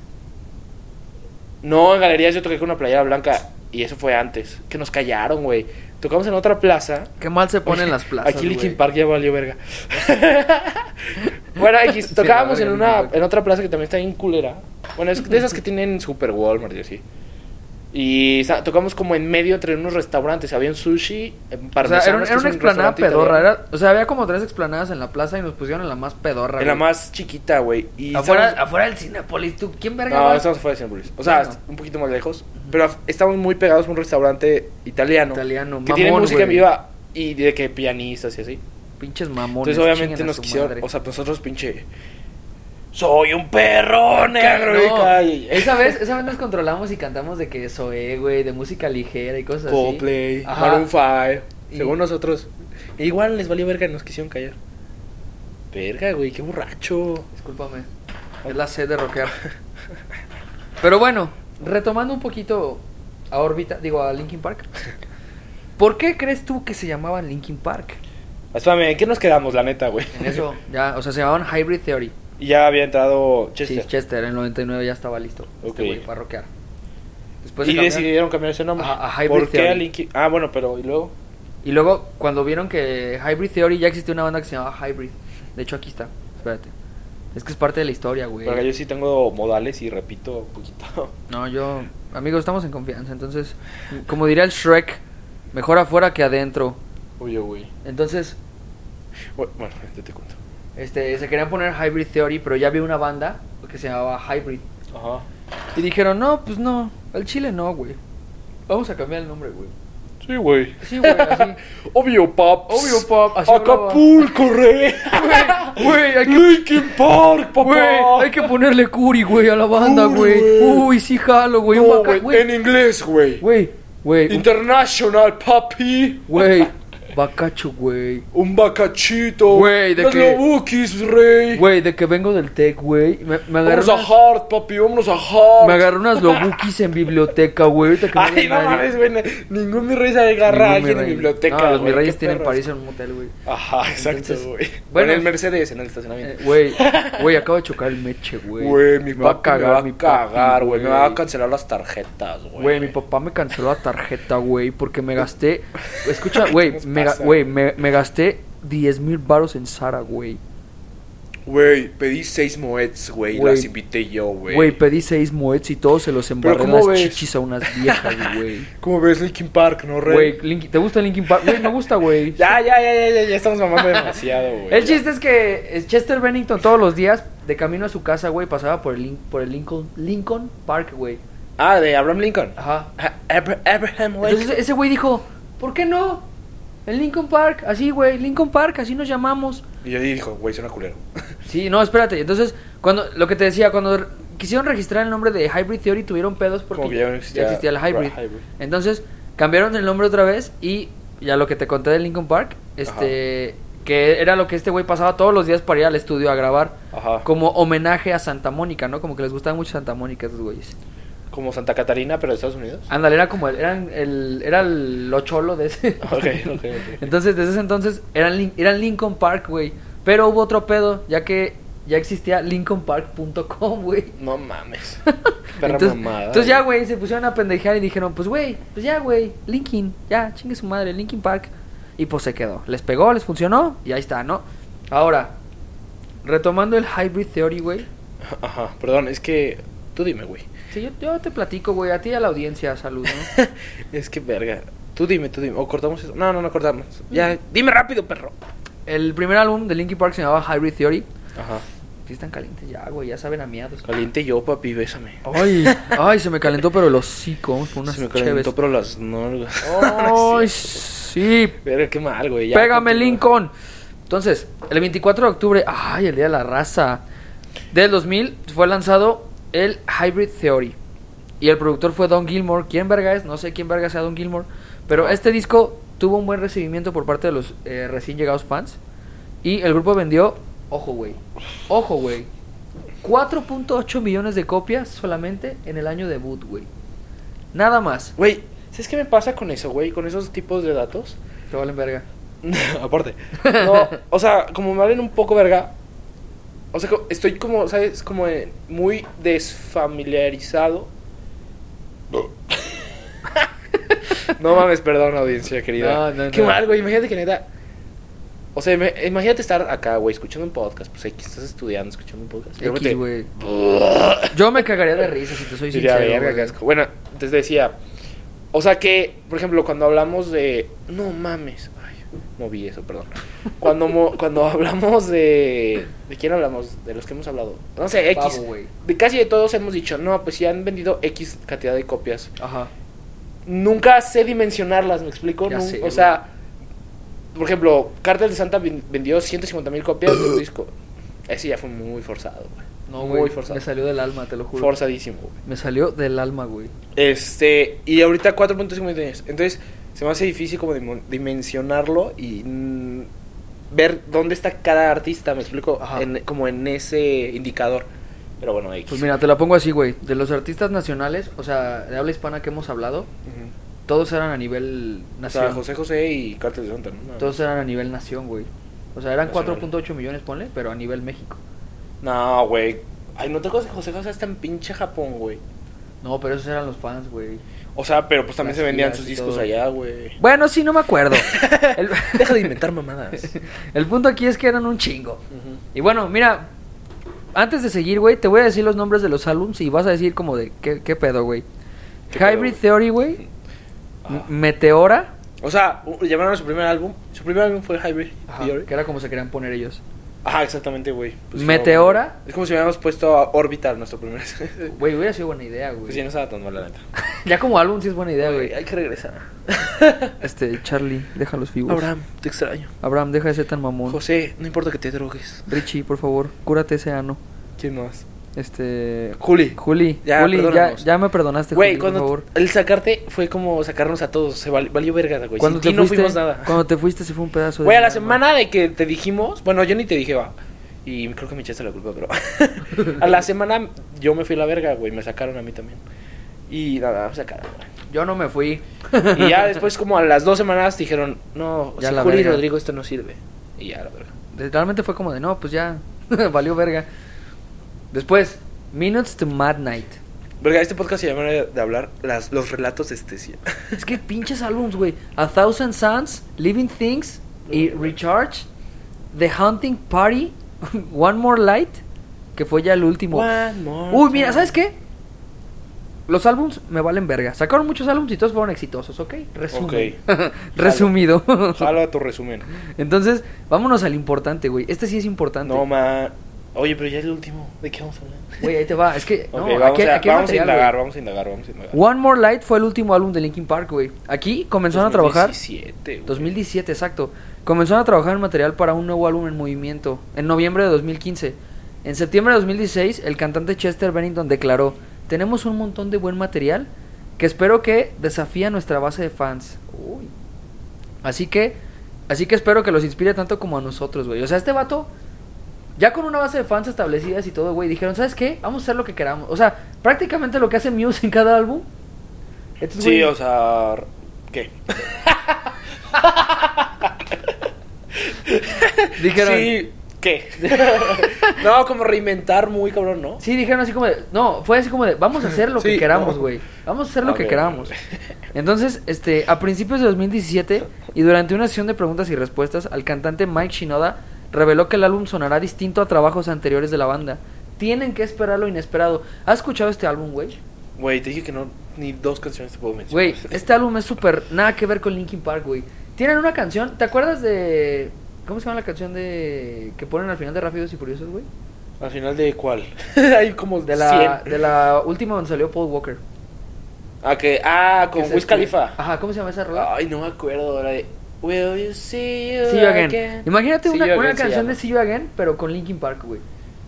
Speaker 1: No, en galerías yo toqué con una playera blanca y eso fue antes. Que nos callaron, güey. Tocamos en otra plaza.
Speaker 2: Qué mal se ponen las plazas.
Speaker 1: Aquí Linkin Park ya valió verga. (laughs) bueno, X,
Speaker 2: (laughs) Sí,
Speaker 1: tocábamos
Speaker 2: la
Speaker 1: en,
Speaker 2: verga,
Speaker 1: una,
Speaker 2: Linkin Park.
Speaker 1: en otra plaza que también está bien culera. Bueno, es de esas que tienen Super Walmart y así. Y sa- tocamos como en medio entre unos restaurantes. Había un sushi, en
Speaker 2: O sea, era, un-
Speaker 1: parmesanos, que
Speaker 2: era
Speaker 1: es
Speaker 2: una
Speaker 1: un
Speaker 2: explanada
Speaker 1: restaurante italiano.
Speaker 2: pedorra. era- o sea, había como tres explanadas en la plaza y nos pusieron en la más pedorra.
Speaker 1: En la
Speaker 2: güey.
Speaker 1: más chiquita, güey. Y
Speaker 2: Afuera,
Speaker 1: estamos-
Speaker 2: afuera del Cinepolis, ¿tú quién verga?
Speaker 1: No,
Speaker 2: va?
Speaker 1: estamos fuera de Cinépolis. O sea,
Speaker 2: Bueno.
Speaker 1: un poquito más lejos. Pero af- estamos muy pegados a un restaurante italiano.
Speaker 2: Italiano,
Speaker 1: Que tiene
Speaker 2: mamón,
Speaker 1: música
Speaker 2: güey.
Speaker 1: viva y de que pianistas y así.
Speaker 2: Pinches mamones.
Speaker 1: Entonces, obviamente,
Speaker 2: chinguen a
Speaker 1: nos
Speaker 2: su
Speaker 1: quisieron.
Speaker 2: madre.
Speaker 1: O sea, nosotros, pinche. Soy un perro negro.
Speaker 2: No,
Speaker 1: y calle.
Speaker 2: esa vez, esa vez nos controlamos y cantamos de que Zoé, güey, de música ligera y cosas
Speaker 1: Coldplay,
Speaker 2: (laughs) así. Ajá.
Speaker 1: Maroon 5.
Speaker 2: Y-
Speaker 1: Según nosotros. E Igual les valió verga, nos quisieron callar. Verga, güey, qué borracho.
Speaker 2: Discúlpame. Es la sed de rockear. Pero bueno, retomando un poquito a órbita, digo a Linkin Park. ¿Por qué crees tú que se llamaban Linkin Park?
Speaker 1: Espérame, ¿en qué nos quedamos, la neta, güey?
Speaker 2: En eso ya, o sea, se llamaban Hybrid Theory.
Speaker 1: Y (laughs) ya había entrado
Speaker 2: Sí,
Speaker 1: Chester.
Speaker 2: Chester en el 99 ya estaba listo este
Speaker 1: Ok.
Speaker 2: güey, para rockear. Después
Speaker 1: y
Speaker 2: se cambiaron.
Speaker 1: decidieron cambiar ese nombre.
Speaker 2: A- a Hybrid
Speaker 1: ¿Por qué
Speaker 2: Theory.
Speaker 1: a Linkin- Ah, bueno, pero ¿y luego?
Speaker 2: Y luego, cuando vieron que Hybrid Theory ya existía una banda que se llamaba Hybrid. De hecho, aquí está. Espérate. Es que es parte de la historia, güey.
Speaker 1: Porque yo sí tengo modales y repito un poquito. (laughs)
Speaker 2: No, yo. Amigos, estamos en confianza. Entonces, como diría el Shrek, mejor afuera que adentro.
Speaker 1: Oye, güey.
Speaker 2: Entonces,
Speaker 1: Bu- Bueno, ya te cuento.
Speaker 2: este, se querían poner Hybrid Theory, pero ya había una banda que se llamaba Hybrid.
Speaker 1: Ajá.
Speaker 2: Y dijeron, no, pues no. Al chile no, güey. Vamos a cambiar el
Speaker 1: (laughs)
Speaker 2: nombre, güey.
Speaker 1: Sí, güey.
Speaker 2: Sí, güey, así.
Speaker 1: (laughs) Obvio, pap.
Speaker 2: Obvio, pap, así
Speaker 1: Acapulco, rey.
Speaker 2: Güey, güey, (laughs) hay que
Speaker 1: Linkin Park, papá.
Speaker 2: Güey, hay que ponerle Curi, güey, a la banda,
Speaker 1: Curi,
Speaker 2: güey.
Speaker 1: güey.
Speaker 2: Uy, sí, jalo, güey. un
Speaker 1: No,
Speaker 2: vaca-
Speaker 1: güey, en inglés, güey.
Speaker 2: Güey, güey. un-
Speaker 1: International, papi.
Speaker 2: Güey, bacacho, güey.
Speaker 1: Un bacachito.
Speaker 2: Güey, de
Speaker 1: Las
Speaker 2: que-
Speaker 1: lobuquis, rey.
Speaker 2: Güey, de que vengo del tech, güey. Me, me agarré
Speaker 1: Vámonos a
Speaker 2: unas,
Speaker 1: Hard, papi. Vámonos a Hard.
Speaker 2: me agarré unas lobukis en biblioteca, güey. Ahorita
Speaker 1: (laughs)
Speaker 2: que
Speaker 1: Ay,
Speaker 2: venga
Speaker 1: no
Speaker 2: nadie.
Speaker 1: mames, güey. ne- Ningún mi rey se agarra a
Speaker 2: Ningún
Speaker 1: alguien
Speaker 2: mi
Speaker 1: en
Speaker 2: rey.
Speaker 1: biblioteca.
Speaker 2: No, los
Speaker 1: güey,
Speaker 2: mis reyes
Speaker 1: qué
Speaker 2: tienen
Speaker 1: perros.
Speaker 2: París en un motel, güey.
Speaker 1: Ajá, exacto,
Speaker 2: Entonces,
Speaker 1: güey. Bueno,
Speaker 2: bueno,
Speaker 1: en el Mercedes, en el
Speaker 2: Eh,
Speaker 1: estacionamiento.
Speaker 2: Güey,
Speaker 1: (laughs)
Speaker 2: güey, acabo de chocar el meche, güey.
Speaker 1: Güey, mi
Speaker 2: Me va a
Speaker 1: papá me va
Speaker 2: cagar, mi
Speaker 1: a cagar,
Speaker 2: papi,
Speaker 1: güey. Me va a cancelar las tarjetas, güey.
Speaker 2: Güey, mi papá me canceló la tarjeta, güey, porque me gasté.
Speaker 1: (laughs)
Speaker 2: Escucha, güey,
Speaker 1: nos
Speaker 2: me, ga-
Speaker 1: pasa?
Speaker 2: güey, me, me gasté 10 mil baros en Sara, güey.
Speaker 1: Güey, pedí seis moets, güey.
Speaker 2: Güey.
Speaker 1: Las invité yo, güey.
Speaker 2: Güey, pedí seis moets y todos se los embarré en
Speaker 1: ¿cómo
Speaker 2: las
Speaker 1: ves?
Speaker 2: chichis a unas viejas,
Speaker 1: (laughs)
Speaker 2: (laughs) güey.
Speaker 1: ¿Cómo ves Linkin Park, no, rey?
Speaker 2: Güey, Linkin- ¿te gusta Linkin Park? Güey, me gusta, güey.
Speaker 1: Ya, ya, ya, ya, ya, ya estamos mamando
Speaker 2: (laughs)
Speaker 1: demasiado, güey.
Speaker 2: El
Speaker 1: Ya.
Speaker 2: chiste es que eh, Chester Bennington todos los días, de camino a su casa, güey, pasaba por el, Lin- por el Lincoln, Lincoln Park, güey.
Speaker 1: Ah, de Abraham Lincoln.
Speaker 2: Ajá.
Speaker 1: Ah, Abra- Abraham Lincoln.
Speaker 2: Entonces ese güey dijo, ¿por qué no? El Lincoln Park, así, güey, Lincoln Park, así nos llamamos.
Speaker 1: Y yo dijo, güey, suena culero.
Speaker 2: Sí, no, espérate. Entonces, cuando lo que te decía, cuando r- quisieron registrar el nombre de Hybrid Theory, tuvieron pedos porque
Speaker 1: Como que ya no existía
Speaker 2: el Hybrid.
Speaker 1: Ra- Hybrid.
Speaker 2: Entonces, cambiaron el nombre otra vez y ya lo que te conté de Linkin Park, este que era lo que este güey pasaba todos los días para ir al estudio a grabar
Speaker 1: (laughs) Ajá.
Speaker 2: como homenaje a Santa Mónica, ¿no? Como que les gustaba mucho Santa Mónica esos güeyes.
Speaker 1: Como Santa Catarina, pero de Estados Unidos.
Speaker 2: Ándale, era como el, eran el era el lo cholo de ese.
Speaker 1: (laughs) Ok, (laughs) ok, ok.
Speaker 2: Entonces, desde ese entonces eran Lin- eran Lincoln Park, güey. Pero hubo otro pedo, ya que ya existía lincolnpark.com, güey.
Speaker 1: No
Speaker 2: (laughs)
Speaker 1: mames. (laughs) Perra
Speaker 2: Entonces,
Speaker 1: mamada.
Speaker 2: entonces ya, güey, se pusieron a pendejear y dijeron, pues, güey, pues ya, güey, Linkin, ya, chingue su madre, Linkin Park. Y pues se quedó. Les pegó, les funcionó y ahí está, ¿no? Ahora, retomando el Hybrid Theory, güey.
Speaker 1: Ajá, perdón, es que Tú dime, güey.
Speaker 2: Sí, yo, yo te platico, güey. A ti y a la audiencia, salud, ¿no? (laughs)
Speaker 1: (laughs) Es que verga. Tú dime, tú dime. O cortamos eso. No, no, no cortamos. Ya, dime rápido, perro.
Speaker 2: El primer álbum de Linkin Park se llamaba Hybrid Theory.
Speaker 1: Ajá.
Speaker 2: Sí están calientes ya, güey. Ya saben a miados.
Speaker 1: Caliente yo, papi, bésame.
Speaker 2: Ay, ay, se me calentó pero el hocico. Vamos por Oh, unas
Speaker 1: Se me
Speaker 2: cheves.
Speaker 1: calentó, pero las nalgas. (laughs)
Speaker 2: Ay, sí.
Speaker 1: Verga, qué mal, güey. ya,
Speaker 2: Pégame
Speaker 1: continúa.
Speaker 2: Lincoln. Entonces, el 24 de octubre, ay, el día de la raza. Del 2000 fue lanzado el Hybrid Theory. Y el productor fue Don Gilmore. ¿Quién verga es? No sé quién verga sea Don Gilmore. Pero este disco tuvo un buen recibimiento por parte de los eh, recién llegados fans. Y el grupo vendió, ojo, güey. Ojo, güey. 4.8 millones de copias solamente en el año debut, güey. Nada más.
Speaker 1: Güey, ¿sabes qué me pasa con eso, güey? Con esos tipos de datos.
Speaker 2: Te valen verga.
Speaker 1: (laughs) Aparte. No, o sea, como me valen un poco verga. O sea, co- estoy como, ¿sabes? Como eh, muy
Speaker 2: (laughs)
Speaker 1: desfamiliarizado. no mames, perdón, audiencia querida.
Speaker 2: No, no,
Speaker 1: Qué
Speaker 2: no.
Speaker 1: mal, güey. Imagínate que neta. O sea, me- imagínate estar acá, güey, escuchando un podcast. Pues aquí estás estudiando, escuchando un podcast. Y de
Speaker 2: X,
Speaker 1: repente- (laughs)
Speaker 2: güey. Yo me cagaría de risa si te soy
Speaker 1: Diría,
Speaker 2: sincero.
Speaker 1: "Verga,
Speaker 2: güey".
Speaker 1: qué asco". Bueno, te decía, o sea que, por ejemplo, cuando hablamos de, no mames, ay, moví eso,
Speaker 2: (laughs)
Speaker 1: perdón. Cuando mo- cuando hablamos de, ¿de quién hablamos? De los que hemos hablado, no sé, X.
Speaker 2: Pavo, güey.
Speaker 1: de casi de todos hemos dicho, no, pues si han vendido X cantidad de copias.
Speaker 2: Ajá.
Speaker 1: Nunca sé dimensionarlas, ¿me explico?
Speaker 2: Ya
Speaker 1: Nun-
Speaker 2: sé,
Speaker 1: o sea, por ejemplo, Cartel de Santa vin- vendió 150 mil copias
Speaker 2: (coughs)
Speaker 1: de un disco. Ese ya fue muy forzado, güey.
Speaker 2: No,
Speaker 1: Muy
Speaker 2: güey.
Speaker 1: forzado.
Speaker 2: Me salió del alma, te lo juro.
Speaker 1: Forzadísimo, güey.
Speaker 2: Me salió del alma, güey.
Speaker 1: Este, y ahorita 4.5 millones. Entonces, se me hace difícil como dimo- dimensionarlo y mm, ver dónde está cada artista, me explico,
Speaker 2: Ajá.
Speaker 1: En- como en ese indicador. Pero bueno, X.
Speaker 2: Pues mira, te la pongo así, güey. De los artistas nacionales, o sea, de habla hispana que hemos hablado,
Speaker 1: Ujú.
Speaker 2: todos eran a nivel
Speaker 1: O sea,
Speaker 2: nación.
Speaker 1: José José y Cartel de Santa, ¿no?
Speaker 2: todos eran a nivel nación, güey. O sea, eran
Speaker 1: Nacional.
Speaker 2: 4.8 millones, ponle, pero a nivel México.
Speaker 1: No, güey. Ay, no te acuerdas que José José está en pinche Japón, güey.
Speaker 2: No, pero esos eran los fans, güey.
Speaker 1: O sea, pero pues también
Speaker 2: Las
Speaker 1: se vendían
Speaker 2: giras
Speaker 1: sus
Speaker 2: y
Speaker 1: discos
Speaker 2: todo.
Speaker 1: allá, güey.
Speaker 2: Bueno, sí, no
Speaker 1: (laughs)
Speaker 2: me acuerdo. el,
Speaker 1: Deja de inventar
Speaker 2: (laughs)
Speaker 1: mamadas.
Speaker 2: el punto aquí es que eran un chingo.
Speaker 1: Ujú.
Speaker 2: Y bueno, mira, antes de seguir, güey, te voy a decir los nombres de los álbums y vas a decir como de qué, qué pedo, güey.
Speaker 1: ¿Qué pedo,
Speaker 2: Hybrid
Speaker 1: güey?
Speaker 2: Theory, güey. M-
Speaker 1: Ah.
Speaker 2: Meteora.
Speaker 1: O sea, u- llamaron a su primer álbum. Su primer álbum fue Hybrid
Speaker 2: Ajá,
Speaker 1: Theory.
Speaker 2: que era como se querían poner ellos.
Speaker 1: Ajá, exactamente, güey. sí,
Speaker 2: ¿Meteora?
Speaker 1: no, güey. es como si hubiéramos puesto a Orbital nuestro primer. (laughs) pues
Speaker 2: Güey, hubiera sido buena idea, güey.
Speaker 1: sí, no estaba tan mal, la neta.
Speaker 2: (laughs) Ya como álbum sí es buena idea, Eh, güey.
Speaker 1: Hay que regresar.
Speaker 2: (laughs) Este, Charlie, deja los figuros.
Speaker 1: Abraham, te extraño.
Speaker 2: Abraham, deja de ser tan mamón.
Speaker 1: José, no importa que te drogues.
Speaker 2: Richie, por favor, cúrate ese ano.
Speaker 1: ¿Quién más?
Speaker 2: Este...
Speaker 1: Juli.
Speaker 2: Juli,
Speaker 1: Ya,
Speaker 2: Juli, ya,
Speaker 1: perdónanos.
Speaker 2: ya me perdonaste,
Speaker 1: Güey,
Speaker 2: Juli,
Speaker 1: cuando
Speaker 2: por favor.
Speaker 1: el sacarte fue como sacarnos a todos. Se val- valió verga, güey.
Speaker 2: Cuando
Speaker 1: Sin ti
Speaker 2: te,
Speaker 1: no
Speaker 2: fuiste,
Speaker 1: fuimos nada.
Speaker 2: cuando te fuiste se fue un pedazo de...
Speaker 1: Güey, a
Speaker 2: mi
Speaker 1: la
Speaker 2: alma.
Speaker 1: semana de que te dijimos. Bueno, yo ni te dije, va. Y creo que me echaste la culpa, pero. (laughs) a la semana yo me fui a la verga, güey. Me sacaron a mí también. Y nada, me sacaron, güey.
Speaker 2: Yo no me fui. (laughs)
Speaker 1: Y ya después, como a las dos semanas, dijeron, no,
Speaker 2: Ya
Speaker 1: sin
Speaker 2: la
Speaker 1: Juli y
Speaker 2: verga.
Speaker 1: Rodrigo esto no sirve. Y ya, la verga.
Speaker 2: Realmente fue como de, no, pues ya, (laughs) valió verga. Después, Minutes to Midnight.
Speaker 1: Verga, este podcast se llama de hablar las, los relatos de
Speaker 2: (laughs)
Speaker 1: Estesia.
Speaker 2: Es que pinches álbums, güey. A Thousand Suns, Living Things y Recharge, The Hunting Party, (laughs) One More Light, que fue ya el último.
Speaker 1: One more
Speaker 2: Uy, mira,
Speaker 1: time.
Speaker 2: ¿sabes qué? Los álbums me valen verga. Sacaron muchos álbums y todos fueron exitosos, ¿ok? Resumen. (laughs) Resumido.
Speaker 1: Jala tu resumen.
Speaker 2: (laughs) Entonces, vámonos al importante, güey. Este sí es importante.
Speaker 1: No, ma. Oye, pero ya es el último. ¿De qué vamos a hablar?
Speaker 2: Güey, ahí te va. Es que, no,
Speaker 1: Ok, vamos,
Speaker 2: aquí,
Speaker 1: a,
Speaker 2: aquí hay
Speaker 1: vamos a
Speaker 2: material, güey.
Speaker 1: indagar, vamos a indagar, vamos a indagar.
Speaker 2: One More Light fue el último álbum de Linkin Park, güey. Aquí comenzaron a trabajar.
Speaker 1: 2017, güey.
Speaker 2: 2017, exacto. Comenzaron a trabajar en material para un nuevo álbum en movimiento en noviembre de 2015. En septiembre de 2016, el cantante Chester Bennington declaró: Tenemos un montón de buen material que espero que desafía nuestra base de fans. Uy. Así que, así que espero que los inspire tanto como a nosotros, güey. O sea, este vato, ya con una base de fans establecidas y todo, güey, dijeron, ¿sabes qué? Vamos a hacer lo que queramos. O sea, prácticamente lo que hace Muse en cada álbum. Estos
Speaker 1: Sí,
Speaker 2: güeyes-
Speaker 1: o sea. ¿Qué?
Speaker 2: (laughs) dijeron,
Speaker 1: Sí,
Speaker 2: (laughs)
Speaker 1: ¿qué? (laughs) no, como reinventar muy cabrón, ¿no?
Speaker 2: Sí, dijeron así como de, no, fue así como de, vamos a hacer lo que
Speaker 1: Sí,
Speaker 2: queramos,
Speaker 1: no.
Speaker 2: güey. Vamos a hacer
Speaker 1: A
Speaker 2: lo que
Speaker 1: ver.
Speaker 2: queramos. Entonces, este, a principios de 2017 y durante una sesión de preguntas y respuestas, al cantante Mike Shinoda reveló que el álbum sonará distinto a trabajos anteriores de la banda, Tienen que esperar lo inesperado. ¿Has escuchado este álbum, güey?
Speaker 1: Güey, te dije que no, ni dos canciones te puedo mencionar.
Speaker 2: Güey, este álbum es súper nada que ver con Linkin Park, güey. Tienen una canción, ¿te acuerdas de cómo se llama la canción de que ponen al final de Rápidos y Furiosos, güey?
Speaker 1: ¿Al final de
Speaker 2: (laughs)
Speaker 1: cuál? Hay como
Speaker 2: De la de la última donde salió Paul Walker.
Speaker 1: Ah, que, ah, con
Speaker 2: Que se
Speaker 1: Wiz
Speaker 2: escribe-
Speaker 1: Khalifa.
Speaker 2: Ajá, ¿cómo se llama esa rola?
Speaker 1: Ay, no me acuerdo ahora de... Will you see you
Speaker 2: See You Again.
Speaker 1: again?
Speaker 2: Imagínate
Speaker 1: See
Speaker 2: una,
Speaker 1: You
Speaker 2: una
Speaker 1: Again se
Speaker 2: canción de
Speaker 1: llama.
Speaker 2: See You Again, pero con Linkin Park, güey.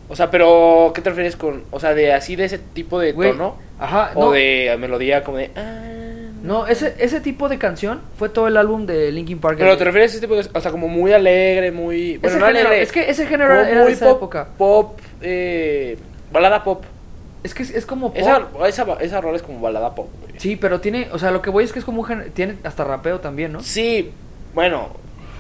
Speaker 1: O sea, pero ¿qué te refieres con, o sea, de así de ese tipo de
Speaker 2: Güey,
Speaker 1: tono
Speaker 2: Ajá,
Speaker 1: o
Speaker 2: no,
Speaker 1: de melodía como de ah,
Speaker 2: no ese, ese tipo de canción fue todo el álbum de Linkin Park.
Speaker 1: Pero
Speaker 2: güey.
Speaker 1: te refieres a ese tipo de, o sea, como muy alegre, muy bueno,
Speaker 2: Ese
Speaker 1: no
Speaker 2: género-
Speaker 1: alegre.
Speaker 2: es que ese género
Speaker 1: como
Speaker 2: era de
Speaker 1: muy
Speaker 2: esa
Speaker 1: pop,
Speaker 2: época.
Speaker 1: Pop eh balada pop.
Speaker 2: Es que es, es como pop.
Speaker 1: Esa esa esa rola es como balada pop. güey.
Speaker 2: Sí, pero tiene, o sea, lo que voy es que es como un género, tiene hasta rapeo también, ¿no?
Speaker 1: Sí, bueno,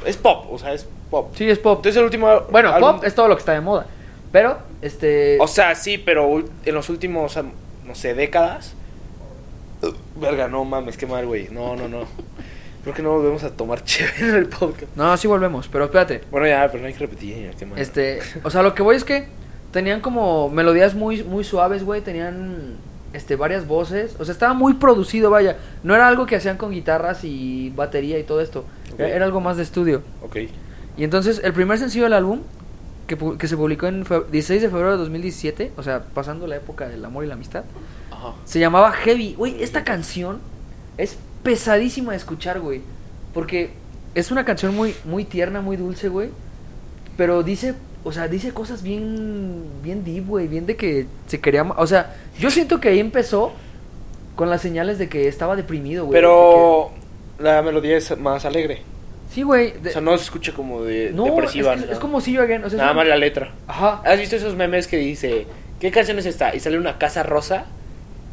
Speaker 1: es pop, o sea, es pop.
Speaker 2: Sí, es pop.
Speaker 1: Entonces el último
Speaker 2: bueno,
Speaker 1: álbum-
Speaker 2: pop es todo lo que está de moda. Pero, este...
Speaker 1: O sea, sí, pero ul- en los últimos, am- no sé, décadas. Verga, no mames, qué mal, güey. No, no, no. Creo que no volvemos a tomar (laughs) chévere en el podcast.
Speaker 2: No, sí volvemos, pero espérate.
Speaker 1: Bueno, ya, pero no hay que repetir, ya, qué mal.
Speaker 2: Este, o sea, lo que voy es que tenían como melodías muy, muy suaves, güey. Tenían, este, varias voces. O sea, estaba muy producido, vaya. No era algo que hacían con guitarras y batería y todo esto.
Speaker 1: Ok.
Speaker 2: Era algo más de estudio.
Speaker 1: Ok.
Speaker 2: Y entonces, el primer sencillo del álbum, que, pu- que se publicó en fe- 16 de febrero de 2017, o sea, pasando la época del amor y la amistad,
Speaker 1: Ajá.
Speaker 2: se llamaba Heavy. Güey, esta canción es pesadísima de escuchar, güey. Porque es una canción muy, muy tierna, muy dulce, güey. Pero dice, o sea, dice cosas bien, bien deep, güey. Bien de que se quería... ma- O sea, yo siento que ahí empezó con las señales de que estaba deprimido, güey. de
Speaker 1: Pero la melodía es más alegre.
Speaker 2: que- sí, güey. de-
Speaker 1: O sea, no se escucha como de,
Speaker 2: no,
Speaker 1: depresiva.
Speaker 2: es, que-
Speaker 1: ni
Speaker 2: es
Speaker 1: nada.
Speaker 2: como si yo again. O sea, es
Speaker 1: Nada
Speaker 2: una-
Speaker 1: más la letra.
Speaker 2: Ajá.
Speaker 1: ¿Has visto esos memes que dice, ¿qué canción es esta? Y sale una casa rosa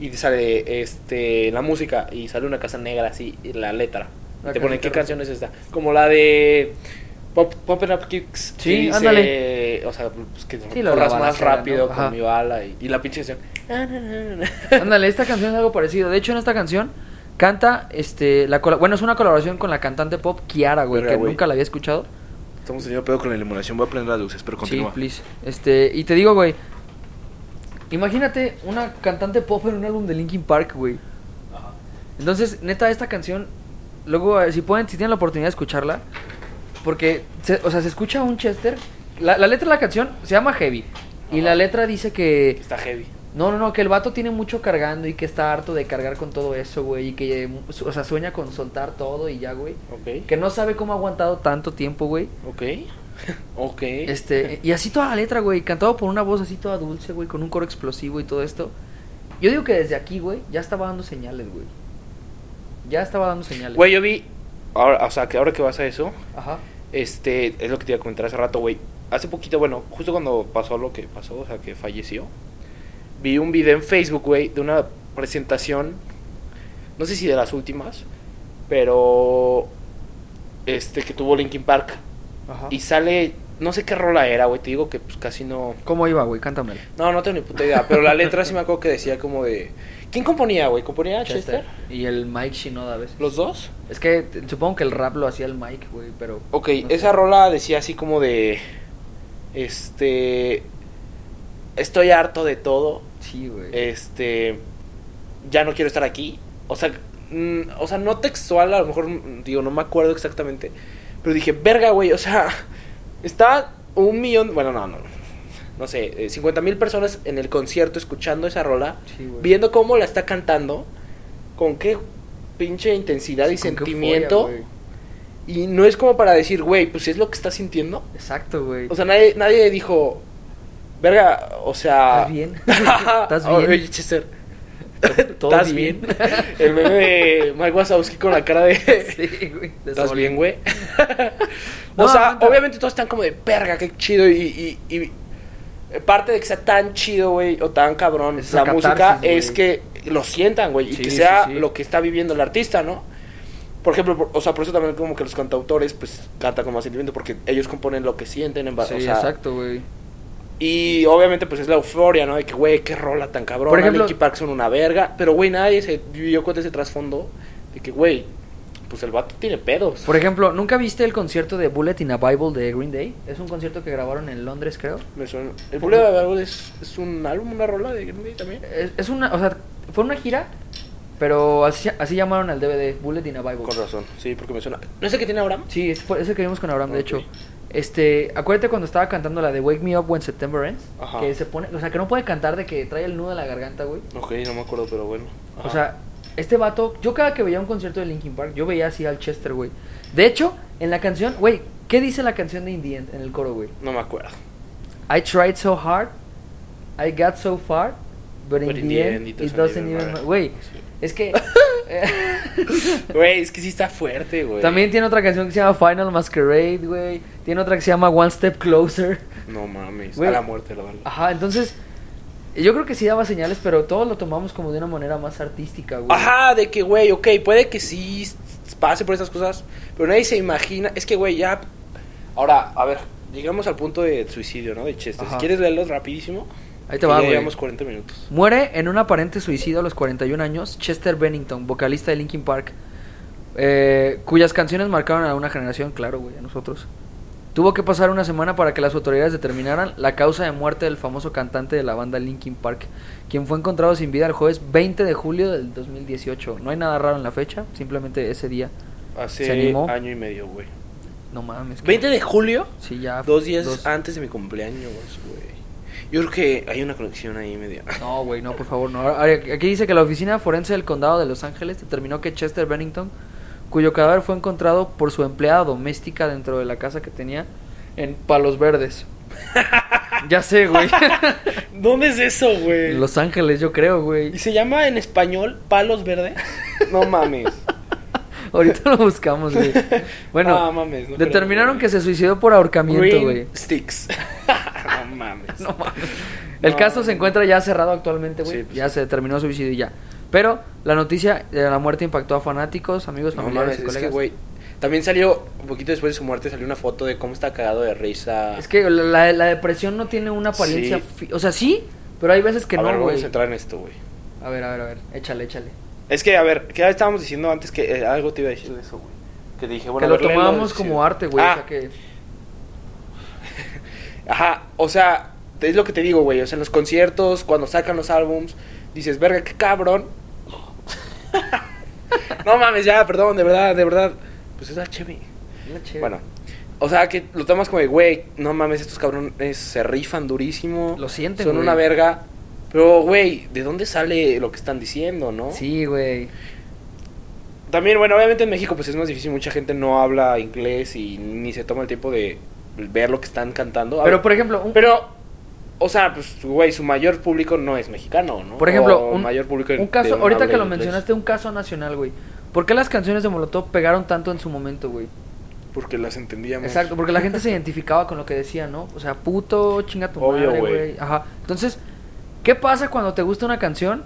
Speaker 1: y sale este la música y sale una casa negra así y la letra. Y
Speaker 2: La
Speaker 1: te ponen,
Speaker 2: casita
Speaker 1: ¿qué
Speaker 2: rosa".
Speaker 1: canción es esta? Como la de Pop, Poppin' Up Kicks. que
Speaker 2: Sí, ándale.
Speaker 1: Dice, o sea, pues que
Speaker 2: Sí, lo de la
Speaker 1: corras más
Speaker 2: balacera, ¿no?
Speaker 1: rápido
Speaker 2: Ajá.
Speaker 1: con mi bala y, y la pinche canción.
Speaker 2: Ándale, esta canción es algo parecido. De hecho, en esta canción canta, este, la cola- bueno, es una colaboración con la cantante pop Kiara, güey,
Speaker 1: Verga,
Speaker 2: que
Speaker 1: güey.
Speaker 2: nunca la había escuchado.
Speaker 1: Estamos teniendo pedo con la iluminación, voy a prender las luces, pero
Speaker 2: Sí, please. Este, y te digo, güey, imagínate una cantante pop en un álbum de Linkin Park, güey. Entonces, neta, esta canción, luego, eh, si pueden, si tienen la oportunidad de escucharla, porque, se- o sea, se escucha un Chester. La, la letra de la canción se llama Heavy. Y
Speaker 1: Ajá.
Speaker 2: la letra dice que
Speaker 1: Está heavy.
Speaker 2: No, no, no, que el vato tiene mucho cargando y que está harto de cargar con todo eso, güey. Y que, eh, su- o sea, sueña con soltar todo y ya, güey.
Speaker 1: Ok.
Speaker 2: Que no sabe cómo ha aguantado tanto tiempo, güey.
Speaker 1: (laughs) Ok. Ok.
Speaker 2: Este, y así toda la letra, güey. Cantado por una voz así toda dulce, güey. Con un coro explosivo y todo esto. Yo digo que desde aquí, güey, ya estaba dando señales, güey. Ya estaba dando señales.
Speaker 1: Güey, yo vi. Ahora, o sea, que ahora que vas a eso,
Speaker 2: Ajá.
Speaker 1: este, es lo que te iba a comentar hace rato, güey. Hace poquito, bueno, justo cuando pasó lo que pasó, o sea, que falleció, vi un video en Facebook, güey, de una presentación, no sé si de las últimas, pero este que tuvo Linkin Park
Speaker 2: Ajá.
Speaker 1: y sale, no sé qué rola era, güey, te digo que pues casi no
Speaker 2: ¿Cómo iba, güey? Cántamela.
Speaker 1: no, no tengo ni puta idea, pero la letra sí me acuerdo que decía como de ¿Quién componía, güey?
Speaker 3: Ah,
Speaker 1: ¿Componía Chester?
Speaker 2: Y el Mike Shinoda a veces.
Speaker 1: ¿Los dos?
Speaker 2: Es que t- supongo que el rap lo hacía el Mike, güey, pero.
Speaker 1: Ok,
Speaker 2: no sé.
Speaker 1: esa rola decía así como de. Este. Estoy harto de todo.
Speaker 2: Sí, güey.
Speaker 1: Este. Ya no quiero estar aquí. O sea, mm, o sea, no textual, a lo mejor, mm, digo, no me acuerdo exactamente. Pero dije, verga, güey, o sea, está un millón. Bueno, no, no. No sé, 50 mil personas en el concierto escuchando esa rola.
Speaker 2: Sí, güey.
Speaker 1: Viendo cómo la está cantando. Con qué pinche intensidad
Speaker 2: Sí,
Speaker 1: y
Speaker 2: con qué
Speaker 1: sentimiento.
Speaker 2: euforia, güey.
Speaker 1: Y no es como para decir, güey, pues es lo que estás sintiendo.
Speaker 2: Exacto, güey.
Speaker 1: O sea, nadie, nadie dijo, verga, o sea. (laughs)
Speaker 2: ¿Estás bien? ¿Estás bien?
Speaker 1: ah. Oye, Chester,
Speaker 2: ¿Todo
Speaker 1: ¿estás bien? El meme de Mike Wazowski con la cara de.
Speaker 2: (laughs) sí, güey. de
Speaker 1: ¿Estás
Speaker 2: sol.
Speaker 1: bien, güey? o
Speaker 2: No,
Speaker 1: sea,
Speaker 2: aguanta.
Speaker 1: obviamente todos están como de verga, qué chido. Y, y, y parte de que sea tan chido, güey, o tan cabrón
Speaker 2: Es
Speaker 1: la
Speaker 2: la
Speaker 1: música
Speaker 2: catarsis,
Speaker 1: es
Speaker 2: güey.
Speaker 1: que lo sientan, güey,
Speaker 2: Sí,
Speaker 1: y que
Speaker 2: sí,
Speaker 1: sea
Speaker 2: sí.
Speaker 1: lo que está viviendo el artista, ¿no? Por ejemplo, por- o sea, por eso también como que los cantautores, pues, cantan con más sentimiento, porque ellos componen lo que sienten, en base
Speaker 2: Sí,
Speaker 1: o sea,
Speaker 2: exacto, güey.
Speaker 1: y obviamente, pues es la euforia, ¿no? De que, güey, qué rola tan cabrón.
Speaker 2: Por
Speaker 1: Por
Speaker 2: ejemplo-
Speaker 1: ejemplo, Linkin Park son una verga. Pero, güey, nadie se dio cuenta de ese trasfondo. De que, güey,
Speaker 3: pues el vato tiene pedos.
Speaker 2: Por ejemplo, ¿nunca viste el concierto de Bullet in a Bible de Green Day? Es un concierto que grabaron en Londres, creo.
Speaker 3: Me suena. El Bullet de Árbol es, es un álbum, una rola de Green Day también.
Speaker 2: Es, es una, o sea, fue una gira, pero así, así llamaron al DVD, Bullet in a Bible.
Speaker 3: Con razón, sí, porque me suena. ¿No es el que tiene Abraham?
Speaker 2: Sí, es, fue ese que vimos con Abraham, de hecho.
Speaker 3: Ok.
Speaker 2: Este, acuérdate cuando estaba cantando la de Wake Me Up When September Ends,
Speaker 3: Ajá.
Speaker 2: que se pone, o sea, que no puede cantar de que trae el nudo en la garganta, güey.
Speaker 3: Ok, no me acuerdo, pero bueno. Ajá.
Speaker 2: O sea, este vato, yo cada que veía un concierto de Linkin Park, yo veía así al Chester, güey. De hecho, en la canción, güey, ¿qué dice la canción de Indie en el coro, güey?
Speaker 3: No me acuerdo.
Speaker 2: I tried so hard, I got so far, but, in, the end, it doesn't, even matter. Güey, es (laughs) que
Speaker 3: Güey, es que sí está fuerte, güey.
Speaker 2: también tiene otra canción que se llama Final Masquerade, güey. Tiene otra que se llama One Step Closer.
Speaker 3: No mames,
Speaker 2: Güey. Ah,
Speaker 3: a la muerte lo van.
Speaker 2: Ajá, entonces, yo creo que sí daba señales, pero todos lo tomamos como de una manera más artística, güey.
Speaker 3: Ajá, de que, güey, ok, puede que sí pase por esas cosas, pero nadie se imagina. Es que, güey, ya. Ahora, a ver, llegamos al punto de suicidio, ¿no? De Chester.
Speaker 2: Ajá.
Speaker 3: Si quieres leerlos rapidísimo.
Speaker 2: Ahí te
Speaker 3: que
Speaker 2: va,
Speaker 3: ya
Speaker 2: güey.
Speaker 3: Llevamos 40 minutos.
Speaker 2: Muere en un aparente suicidio a los 41 años Chester Bennington, vocalista de Linkin Park, eh, cuyas canciones marcaron a una generación, claro, güey, a nosotros. Tuvo que pasar una semana para que las autoridades determinaran la causa de muerte del famoso cantante de la banda Linkin Park, quien fue encontrado sin vida el jueves 20 de julio del 2018. No hay nada raro en la fecha, simplemente ese día.
Speaker 3: Hace
Speaker 2: ¿Se animó?
Speaker 3: año y medio, güey.
Speaker 2: No mames. que-
Speaker 3: ¿20 de julio?
Speaker 2: Sí, ya.
Speaker 3: Dos días
Speaker 2: dos-
Speaker 3: antes de mi cumpleaños, güey. Yo creo que hay una conexión ahí media.
Speaker 2: No, güey, no, por favor, no. Ahora, Aquí dice que la oficina forense del condado de Los Ángeles determinó que Chester Bennington, cuyo cadáver fue encontrado por su empleada doméstica dentro de la casa que tenía en Palos
Speaker 3: (laughs)
Speaker 2: Verdes. ya sé, güey.
Speaker 3: (laughs) ¿Dónde es eso, güey?
Speaker 2: En Los Ángeles, yo creo,
Speaker 3: ¿Y (laughs)
Speaker 2: güey.
Speaker 3: se llama en español palos verdes?
Speaker 2: (laughs)
Speaker 3: No mames.
Speaker 2: Ahorita lo buscamos, güey. Bueno,
Speaker 3: Ah, mames, no creo,
Speaker 2: determinaron
Speaker 3: güey.
Speaker 2: que se suicidó por ahorcamiento,
Speaker 3: Green
Speaker 2: Ah, güey.
Speaker 3: sticks. (laughs) no mames.
Speaker 2: No mames. El
Speaker 3: No,
Speaker 2: caso se
Speaker 3: no.
Speaker 2: encuentra ya cerrado actualmente, güey.
Speaker 3: Sí, pues
Speaker 2: ya se determinó suicidio y ya. Pero la noticia de la muerte impactó a fanáticos, amigos,
Speaker 3: No
Speaker 2: familiares
Speaker 3: mames,
Speaker 2: y
Speaker 3: es
Speaker 2: colegas.
Speaker 3: que, güey. También salió, un poquito después de su muerte, salió una foto de cómo está cagado de risa.
Speaker 2: Es que la- la, la depresión no tiene una apariencia.
Speaker 3: Sí.
Speaker 2: fi- O sea, sí, pero hay veces que
Speaker 3: a ver,
Speaker 2: no,
Speaker 3: vamos
Speaker 2: güey.
Speaker 3: a entrar en esto, güey.
Speaker 2: A ver, a ver, a ver. Échale, échale.
Speaker 3: Es que, a ver, que ya estábamos diciendo antes que eh, algo te iba a decir de eso, güey. Que dije, bueno,
Speaker 2: que lo
Speaker 3: a ver, léelo,
Speaker 2: tomábamos
Speaker 3: sí.
Speaker 2: como arte, güey.
Speaker 3: Ah,
Speaker 2: O sea que.
Speaker 3: Ajá, o sea, es lo que te digo, güey. O sea, en los conciertos, cuando sacan los álbums, dices, verga,
Speaker 2: (laughs)
Speaker 3: qué cabrón. no mames, ya, perdón, de verdad, de verdad. Pues es la Chevy.
Speaker 2: la chévere.
Speaker 3: Bueno, o sea, que lo tomas como, de, güey, no mames, estos cabrones se rifan durísimo.
Speaker 2: Lo sienten,
Speaker 3: Son
Speaker 2: güey.
Speaker 3: una verga. Pero, güey, ¿de dónde sale lo que están diciendo, no?
Speaker 2: Sí, güey.
Speaker 3: También, bueno, obviamente en México pues es más difícil, mucha gente no habla inglés y ni se toma el tiempo de ver lo que están cantando. A
Speaker 2: Pero,
Speaker 3: ver,
Speaker 2: por ejemplo, un,
Speaker 3: pero, o sea, pues, güey, su mayor público no es mexicano, ¿no?
Speaker 2: por ejemplo,
Speaker 3: O
Speaker 2: un,
Speaker 3: mayor público
Speaker 2: un
Speaker 3: de-
Speaker 2: caso,
Speaker 3: no
Speaker 2: ahorita
Speaker 3: habla
Speaker 2: que lo
Speaker 3: inglés.
Speaker 2: mencionaste, un caso nacional, güey. ¿Por qué las canciones de Molotov pegaron tanto en su momento, güey?
Speaker 3: Porque las entendíamos.
Speaker 2: Exacto, porque la gente se identificaba con lo que decía, ¿no? O sea, puto, chinga tu
Speaker 3: Obvio,
Speaker 2: madre,
Speaker 3: güey.
Speaker 2: güey. Ajá. Entonces, ¿qué pasa cuando te gusta una canción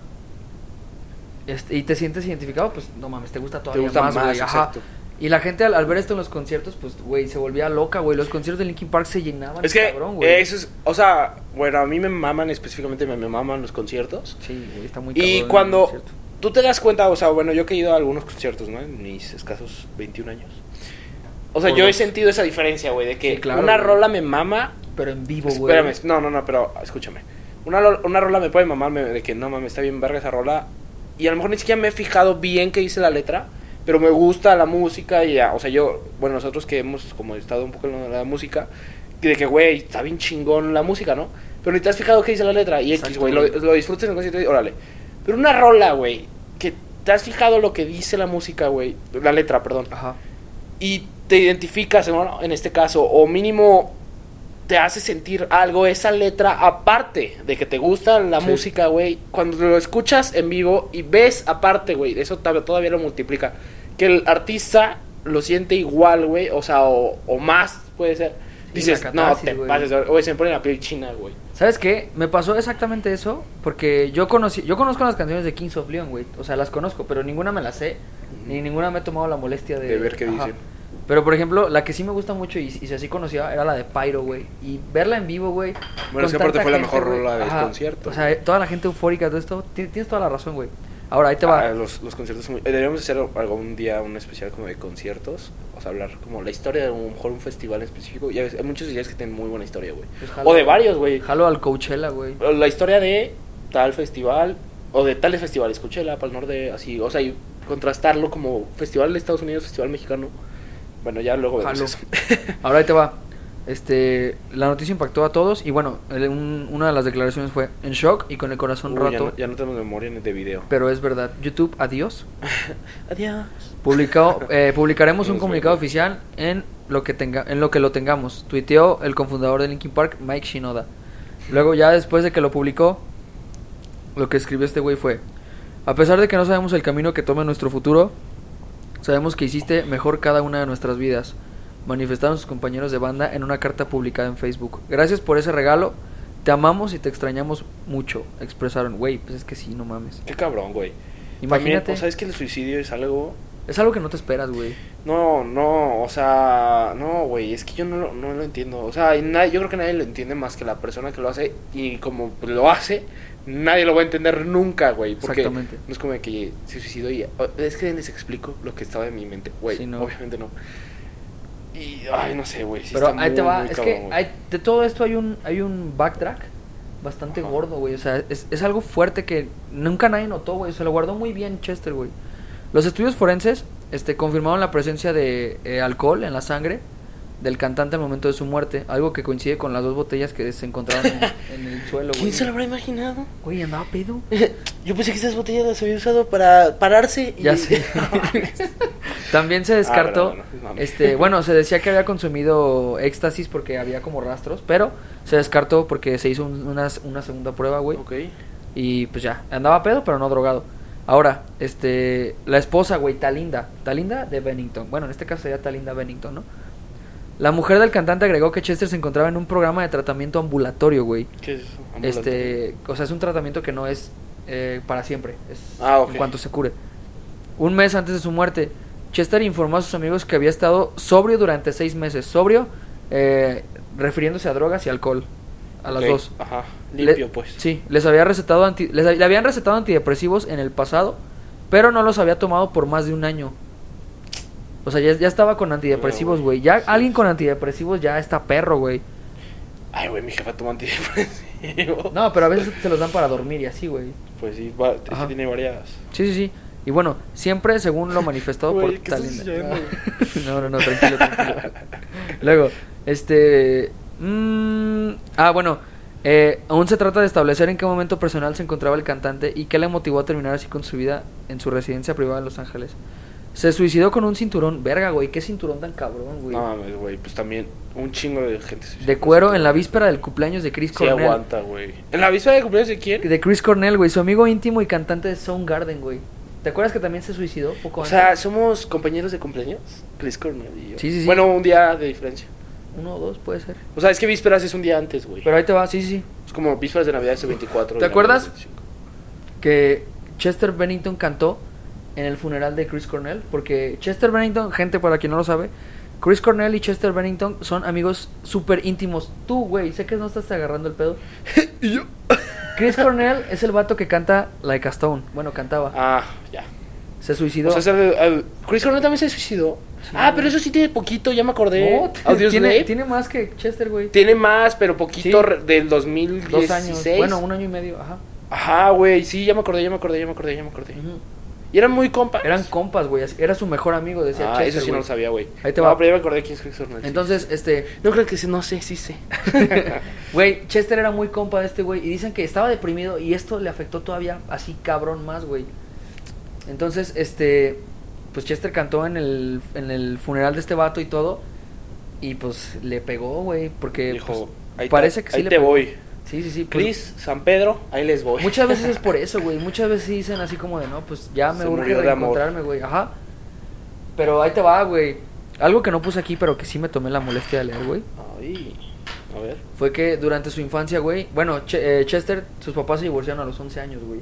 Speaker 2: este, y te sientes identificado? Pues, no mames, te gusta todavía
Speaker 3: gusta
Speaker 2: más,
Speaker 3: más,
Speaker 2: güey. Ajá.
Speaker 3: exacto.
Speaker 2: Y la gente al, al ver esto en los conciertos, pues, güey, se volvía loca, güey. Los conciertos de Linkin Park se llenaban,
Speaker 3: Es que
Speaker 2: cabrón, güey.
Speaker 3: eso es, o sea, bueno, a mí me maman específicamente, me, me maman los conciertos.
Speaker 2: Sí, güey, está muy cabrón
Speaker 3: Y
Speaker 2: el
Speaker 3: cuando
Speaker 2: concierto.
Speaker 3: tú te das cuenta, o sea, bueno, yo que he ido a algunos conciertos, ¿no? En mis escasos 21 años. O sea,
Speaker 2: Por
Speaker 3: yo he
Speaker 2: dos.
Speaker 3: sentido esa diferencia, güey, de que
Speaker 2: Sí, claro,
Speaker 3: una
Speaker 2: güey.
Speaker 3: rola me mama.
Speaker 2: Pero en vivo, güey.
Speaker 3: Espérame, no, no, no, pero escúchame. Una, lo- una rola me puede mamarme de que no mames, está bien verga esa rola. Y a lo mejor ni siquiera me he fijado bien que hice la letra, pero me gusta la música y, ya, o sea, yo, bueno, nosotros que hemos como estado un poco en la música, que de que, güey, está bien chingón la música, ¿no? Pero ni te has fijado que hice la letra y X,
Speaker 2: Exacto,
Speaker 3: güey, lo,
Speaker 2: güey.
Speaker 3: lo disfrutas en el concierto y órale. Pero una rola, güey, que te has fijado lo que dice la música, güey, la letra, perdón
Speaker 2: Ajá.
Speaker 3: y te identificas ¿no? en este caso, o mínimo te hace sentir algo esa letra, aparte de que te gusta la
Speaker 2: Sí.
Speaker 3: música, güey, cuando lo escuchas en vivo y ves aparte, güey, eso tab- todavía lo multiplica, que el artista lo siente igual, güey, o sea, o, o más, puede ser.
Speaker 2: Sí,
Speaker 3: Dices,
Speaker 2: la
Speaker 3: no,
Speaker 2: catarsis,
Speaker 3: te
Speaker 2: güey.
Speaker 3: pases, güey, se me pone la piel china, güey.
Speaker 2: ¿Sabes qué? Me pasó exactamente eso porque yo conocí, yo conozco las canciones de Kings of Leon, güey. O sea, las conozco, pero ninguna me la sé, ni ninguna me he tomado la molestia de,
Speaker 3: De ver qué dicen.
Speaker 2: Pero por ejemplo, la que sí me gusta mucho y, y así conocía era la de Pyro, güey. Y verla en vivo, güey.
Speaker 3: Bueno,
Speaker 2: con
Speaker 3: es que aparte
Speaker 2: tanta
Speaker 3: fue la mejor
Speaker 2: güey.
Speaker 3: rola del concierto,
Speaker 2: O sea, toda la gente eufórica, todo esto. ti- Tienes toda la razón, güey. Ahora, ahí te va.
Speaker 3: Ah, los, los conciertos son muy- eh, Deberíamos hacer algún día un especial como de conciertos. O sea, hablar como la historia de a lo mejor un festival en específico. Ya ves, hay muchos DJs que tienen muy buena historia, güey.
Speaker 2: Pues jalo.
Speaker 3: O de varios, güey.
Speaker 2: Jalo al Coachella, güey.
Speaker 3: O La historia de tal festival o de tales festivales, Coachella, Pal Norte, así. O sea, y contrastarlo como festival de Estados Unidos, festival mexicano. Bueno, ya luego vemos
Speaker 2: Jalo. (laughs)
Speaker 3: eso. (laughs)
Speaker 2: Ahora ahí te va. Este, la noticia impactó a todos y bueno, el- un- una de las declaraciones fue en shock y con el corazón
Speaker 3: Uy, ya,
Speaker 2: roto,
Speaker 3: no, ya no tenemos memoria ni de video.
Speaker 2: pero es verdad. YouTube, adiós.
Speaker 3: Adiós.
Speaker 2: Publicado, eh, publicaremos un
Speaker 3: Nos
Speaker 2: comunicado
Speaker 3: vemos.
Speaker 2: oficial en lo que tenga, en lo que lo tengamos. Tuiteó el cofundador de Linkin Park, Mike Shinoda. Luego ya después de que lo publicó, lo que escribió este güey fue: a pesar de que no sabemos el camino que tome nuestro futuro, sabemos que hiciste mejor cada una de nuestras vidas. Manifestaron sus compañeros de banda en una carta publicada en Facebook. Gracias por ese regalo. Te amamos y te extrañamos mucho. Expresaron, güey, pues es que sí, no mames.
Speaker 3: Qué cabrón, güey.
Speaker 2: Imagínate.
Speaker 3: También, o sea, es que el suicidio es algo
Speaker 2: Es algo que no te esperas, güey.
Speaker 3: No, no, o sea, no, güey, es que yo no lo, no lo entiendo. O sea, y nadie- yo creo que nadie lo entiende más que la persona que lo hace. Y como pues, lo hace, nadie lo va a entender nunca, güey. Porque
Speaker 2: Exactamente.
Speaker 3: no es como de que se suicidó y. o- Es que les explico lo que estaba en mi mente, güey.
Speaker 2: Sí, no.
Speaker 3: Obviamente no. Y, ay, no sé, güey. sí
Speaker 2: Pero
Speaker 3: está
Speaker 2: ahí te
Speaker 3: muy,
Speaker 2: va,
Speaker 3: muy
Speaker 2: es
Speaker 3: cabrón,
Speaker 2: que
Speaker 3: güey.
Speaker 2: hay- de todo esto hay un, hay un backtrack bastante
Speaker 3: Ajá.
Speaker 2: gordo, güey. O sea, es, es algo fuerte que nunca nadie notó, güey. Se lo guardó muy bien Chester, güey. Los estudios forenses este, confirmaron la presencia de eh, alcohol en la sangre del cantante al momento de su muerte. Algo que coincide con las dos botellas que se encontraron
Speaker 3: (laughs)
Speaker 2: en, en el suelo, güey.
Speaker 4: ¿Quién se lo habrá imaginado?
Speaker 2: Güey, andaba pedo.
Speaker 4: Yo pensé que estas botellas las había usado para pararse. y-
Speaker 2: Ya
Speaker 3: (laughs)
Speaker 2: sé. También se descartó.
Speaker 3: Ah, no, no, no, no.
Speaker 2: este, bueno, se decía que había consumido éxtasis porque había como rastros, pero se descartó porque se hizo un- una, una segunda prueba, güey.
Speaker 3: Ok.
Speaker 2: Y pues ya, andaba pedo, pero no drogado. Ahora, este, la esposa, güey, Talinda, Talinda de Bennington. Bueno, en este caso sería Talinda Bennington, ¿no? La mujer del cantante agregó que Chester se encontraba en un programa de tratamiento ambulatorio, güey.
Speaker 3: ¿Qué es eso? Ambulante.
Speaker 2: Este, o sea, es un tratamiento que no es eh, para siempre, es
Speaker 3: Ah, ok.
Speaker 2: en cuanto se cure. Un mes antes de su muerte, Chester informó a sus amigos que había estado sobrio durante seis meses, sobrio, eh, refiriéndose a drogas y alcohol, a las
Speaker 3: Ok,
Speaker 2: dos.
Speaker 3: Ajá.
Speaker 2: Le-
Speaker 3: Limpio, pues.
Speaker 2: Sí, les había recetado anti- les, hab- le habían recetado antidepresivos en el pasado, pero no los había tomado por más de un año. O sea, ya, ya estaba con antidepresivos,
Speaker 3: No,
Speaker 2: güey.
Speaker 3: güey.
Speaker 2: Ya
Speaker 3: Sí,
Speaker 2: alguien
Speaker 3: sí.
Speaker 2: con antidepresivos ya está perro, güey.
Speaker 3: Ay, güey, mi jefa
Speaker 2: (laughs)
Speaker 3: toma antidepresivo.
Speaker 2: No, pero a veces se los dan para dormir y así, güey.
Speaker 3: Pues sí, va, es que
Speaker 2: Ajá.
Speaker 3: tiene varias.
Speaker 2: Sí, sí, sí. Y bueno, siempre según lo manifestado por
Speaker 3: Güey, ¿qué estás
Speaker 2: Talinda. (laughs) no,
Speaker 3: diciendo,
Speaker 2: no, no, tranquilo, tranquilo. Luego, este. mm, ah, bueno. eh, aún se trata de establecer en qué momento personal se encontraba el cantante y qué le motivó a terminar así con su vida en su residencia privada en Los Ángeles. Se suicidó con un cinturón. Verga, güey. Qué cinturón tan cabrón, güey.
Speaker 3: No mames, güey. Pues también un chingo de gente se
Speaker 2: de cuero en la víspera del cumpleaños de Chris
Speaker 3: Sí
Speaker 2: Cornell.
Speaker 3: aguanta, güey. ¿En la víspera de cumpleaños de quién?
Speaker 2: De Chris Cornell, güey. Su amigo íntimo y cantante de Soundgarden, güey. ¿Te acuerdas que también se suicidó poco
Speaker 3: O
Speaker 2: antes?
Speaker 3: sea, somos compañeros de cumpleaños. Chris Cornell y yo.
Speaker 2: Sí, sí, sí.
Speaker 3: Bueno, un día de diferencia.
Speaker 2: Uno o dos puede ser.
Speaker 3: O sea, es que vísperas es un día antes, güey.
Speaker 2: Pero ahí te va, sí, sí, sí.
Speaker 3: Es como vísperas de Navidad es el 24.
Speaker 2: ¿Te
Speaker 3: y
Speaker 2: acuerdas?
Speaker 3: Navidad es el 25.
Speaker 2: Que Chester Bennington cantó en el funeral de Chris Cornell. Porque Chester Bennington, gente para quien no lo sabe, Chris Cornell y Chester Bennington son amigos súper íntimos. Tú, güey, sé que no estás agarrando el pedo.
Speaker 3: ¿Y yo?
Speaker 2: Chris
Speaker 3: (laughs)
Speaker 2: Cornell es el vato que canta Like a Stone. Bueno, cantaba.
Speaker 3: Ah, pues ya.
Speaker 2: Se suicidó.
Speaker 3: O sea, es el- el- Chris Cornell también se suicidó. ah, pero eso sí tiene poquito, ya me acordé.
Speaker 2: No,
Speaker 3: Audios
Speaker 2: tiene,
Speaker 3: Late.
Speaker 2: tiene más que Chester, güey.
Speaker 3: Tiene más, pero poquito
Speaker 2: Sí.
Speaker 3: re- del
Speaker 2: Dos
Speaker 3: 2016.
Speaker 2: años. Bueno, un año y medio, ajá.
Speaker 3: Ajá, güey. Sí, ya me acordé, ya me acordé, ya me acordé, ya me acordé.
Speaker 2: Ujú.
Speaker 3: Y eran muy compas.
Speaker 2: Eran compas, güey. así- Era su mejor amigo, decía
Speaker 3: Ah,
Speaker 2: Chester.
Speaker 3: eso sí no
Speaker 2: güey.
Speaker 3: lo sabía, güey.
Speaker 2: Ahí te
Speaker 3: No,
Speaker 2: va.
Speaker 3: pero ya me acordé quién es Chris Cornell. sí.
Speaker 2: Entonces, este,
Speaker 3: No creo que se, no sé, sí sé.
Speaker 2: Güey, Chester era muy compa de este güey y dicen que estaba deprimido y esto le afectó todavía así cabrón más, güey. Entonces, este, pues Chester cantó en el, en el funeral de este vato y todo y pues le pegó, güey, porque
Speaker 3: Dijo,
Speaker 2: pues,
Speaker 3: ahí te-
Speaker 2: parece que sí
Speaker 3: ahí
Speaker 2: le
Speaker 3: te
Speaker 2: pegó.
Speaker 3: voy.
Speaker 2: Sí, sí, sí. pues,
Speaker 3: Chris, San Pedro, ahí les voy.
Speaker 2: Muchas veces es por
Speaker 3: (laughs)
Speaker 2: eso, güey. Muchas veces dicen así como de, no, pues ya me
Speaker 3: Se
Speaker 2: urge
Speaker 3: murió de amor.
Speaker 2: reencontrarme, güey. Ajá. Pero ahí te va, güey. Algo que no puse aquí, pero que sí me tomé la molestia de leer, güey.
Speaker 3: Ay, a
Speaker 2: (laughs)
Speaker 3: ver.
Speaker 2: Fue que durante su infancia, güey. Bueno, Che- eh, Chester, sus papás se divorciaron a los 11 años, güey.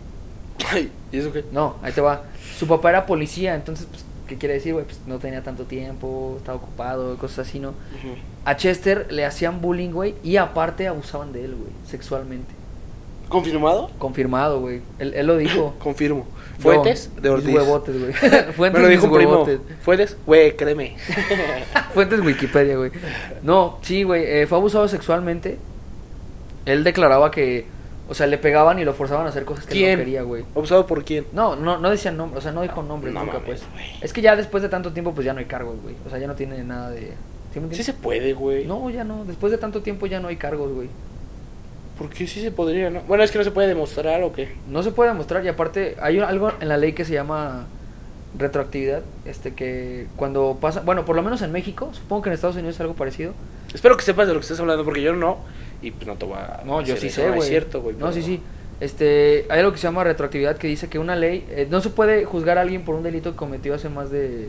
Speaker 3: Ay, ¿y eso qué?
Speaker 2: No, ahí te va. Su papá era policía, entonces, pues, ¿qué quiere decir, güey? Pues no tenía tanto tiempo, estaba ocupado, cosas así, ¿no? A Chester le hacían bullying, güey, y aparte abusaban de él, güey, sexualmente.
Speaker 3: ¿Confirmado?
Speaker 2: Confirmado, güey. Él, él lo
Speaker 3: (laughs)
Speaker 2: dijo.
Speaker 3: Confirmo. Fuentes
Speaker 2: Yo,
Speaker 3: de
Speaker 2: mis
Speaker 3: Ortiz.
Speaker 2: Huevotes,
Speaker 3: (laughs)
Speaker 2: güey.
Speaker 3: Me
Speaker 2: Fuentes
Speaker 3: lo
Speaker 2: mis
Speaker 3: dijo un primo.
Speaker 2: huevotes.
Speaker 3: Fuentes,
Speaker 2: (laughs)
Speaker 3: güey, créeme. (laughs)
Speaker 2: Fuentes Wikipedia, güey. No, sí, güey. eh, fue abusado sexualmente. Él declaraba que. O sea, le pegaban y lo forzaban a hacer cosas que
Speaker 3: ¿Quién?
Speaker 2: no quería, güey.
Speaker 3: ¿Obsado por quién?
Speaker 2: No, no, no decían nombre, o sea, no dijo nombre
Speaker 3: no
Speaker 2: nunca,
Speaker 3: mames,
Speaker 2: pues.
Speaker 3: güey.
Speaker 2: Es que ya después de tanto tiempo, pues ya no hay cargos, güey. O sea, ya no tiene nada de. ¿Sí me
Speaker 3: Sí
Speaker 2: entiendes?
Speaker 3: se puede, güey.
Speaker 2: No, ya no. Después de tanto tiempo ya no hay cargos, güey.
Speaker 3: Porque sí se podría, ¿no? Bueno, es que no se puede demostrar o qué.
Speaker 2: No se puede demostrar y aparte hay algo en la ley que se llama retroactividad, este que cuando pasa, bueno, por lo menos en México, supongo que en Estados Unidos es algo parecido.
Speaker 3: Espero que sepas de lo que estás hablando porque yo no. Y pues no te voy a.
Speaker 2: No, yo
Speaker 3: decir
Speaker 2: sí
Speaker 3: eso,
Speaker 2: sé,
Speaker 3: no
Speaker 2: güey.
Speaker 3: Es cierto, güey.
Speaker 2: No,
Speaker 3: pero-
Speaker 2: sí, sí. Este, hay algo que se llama retroactividad que dice que una ley eh, no se puede juzgar a alguien por un delito que cometió hace más de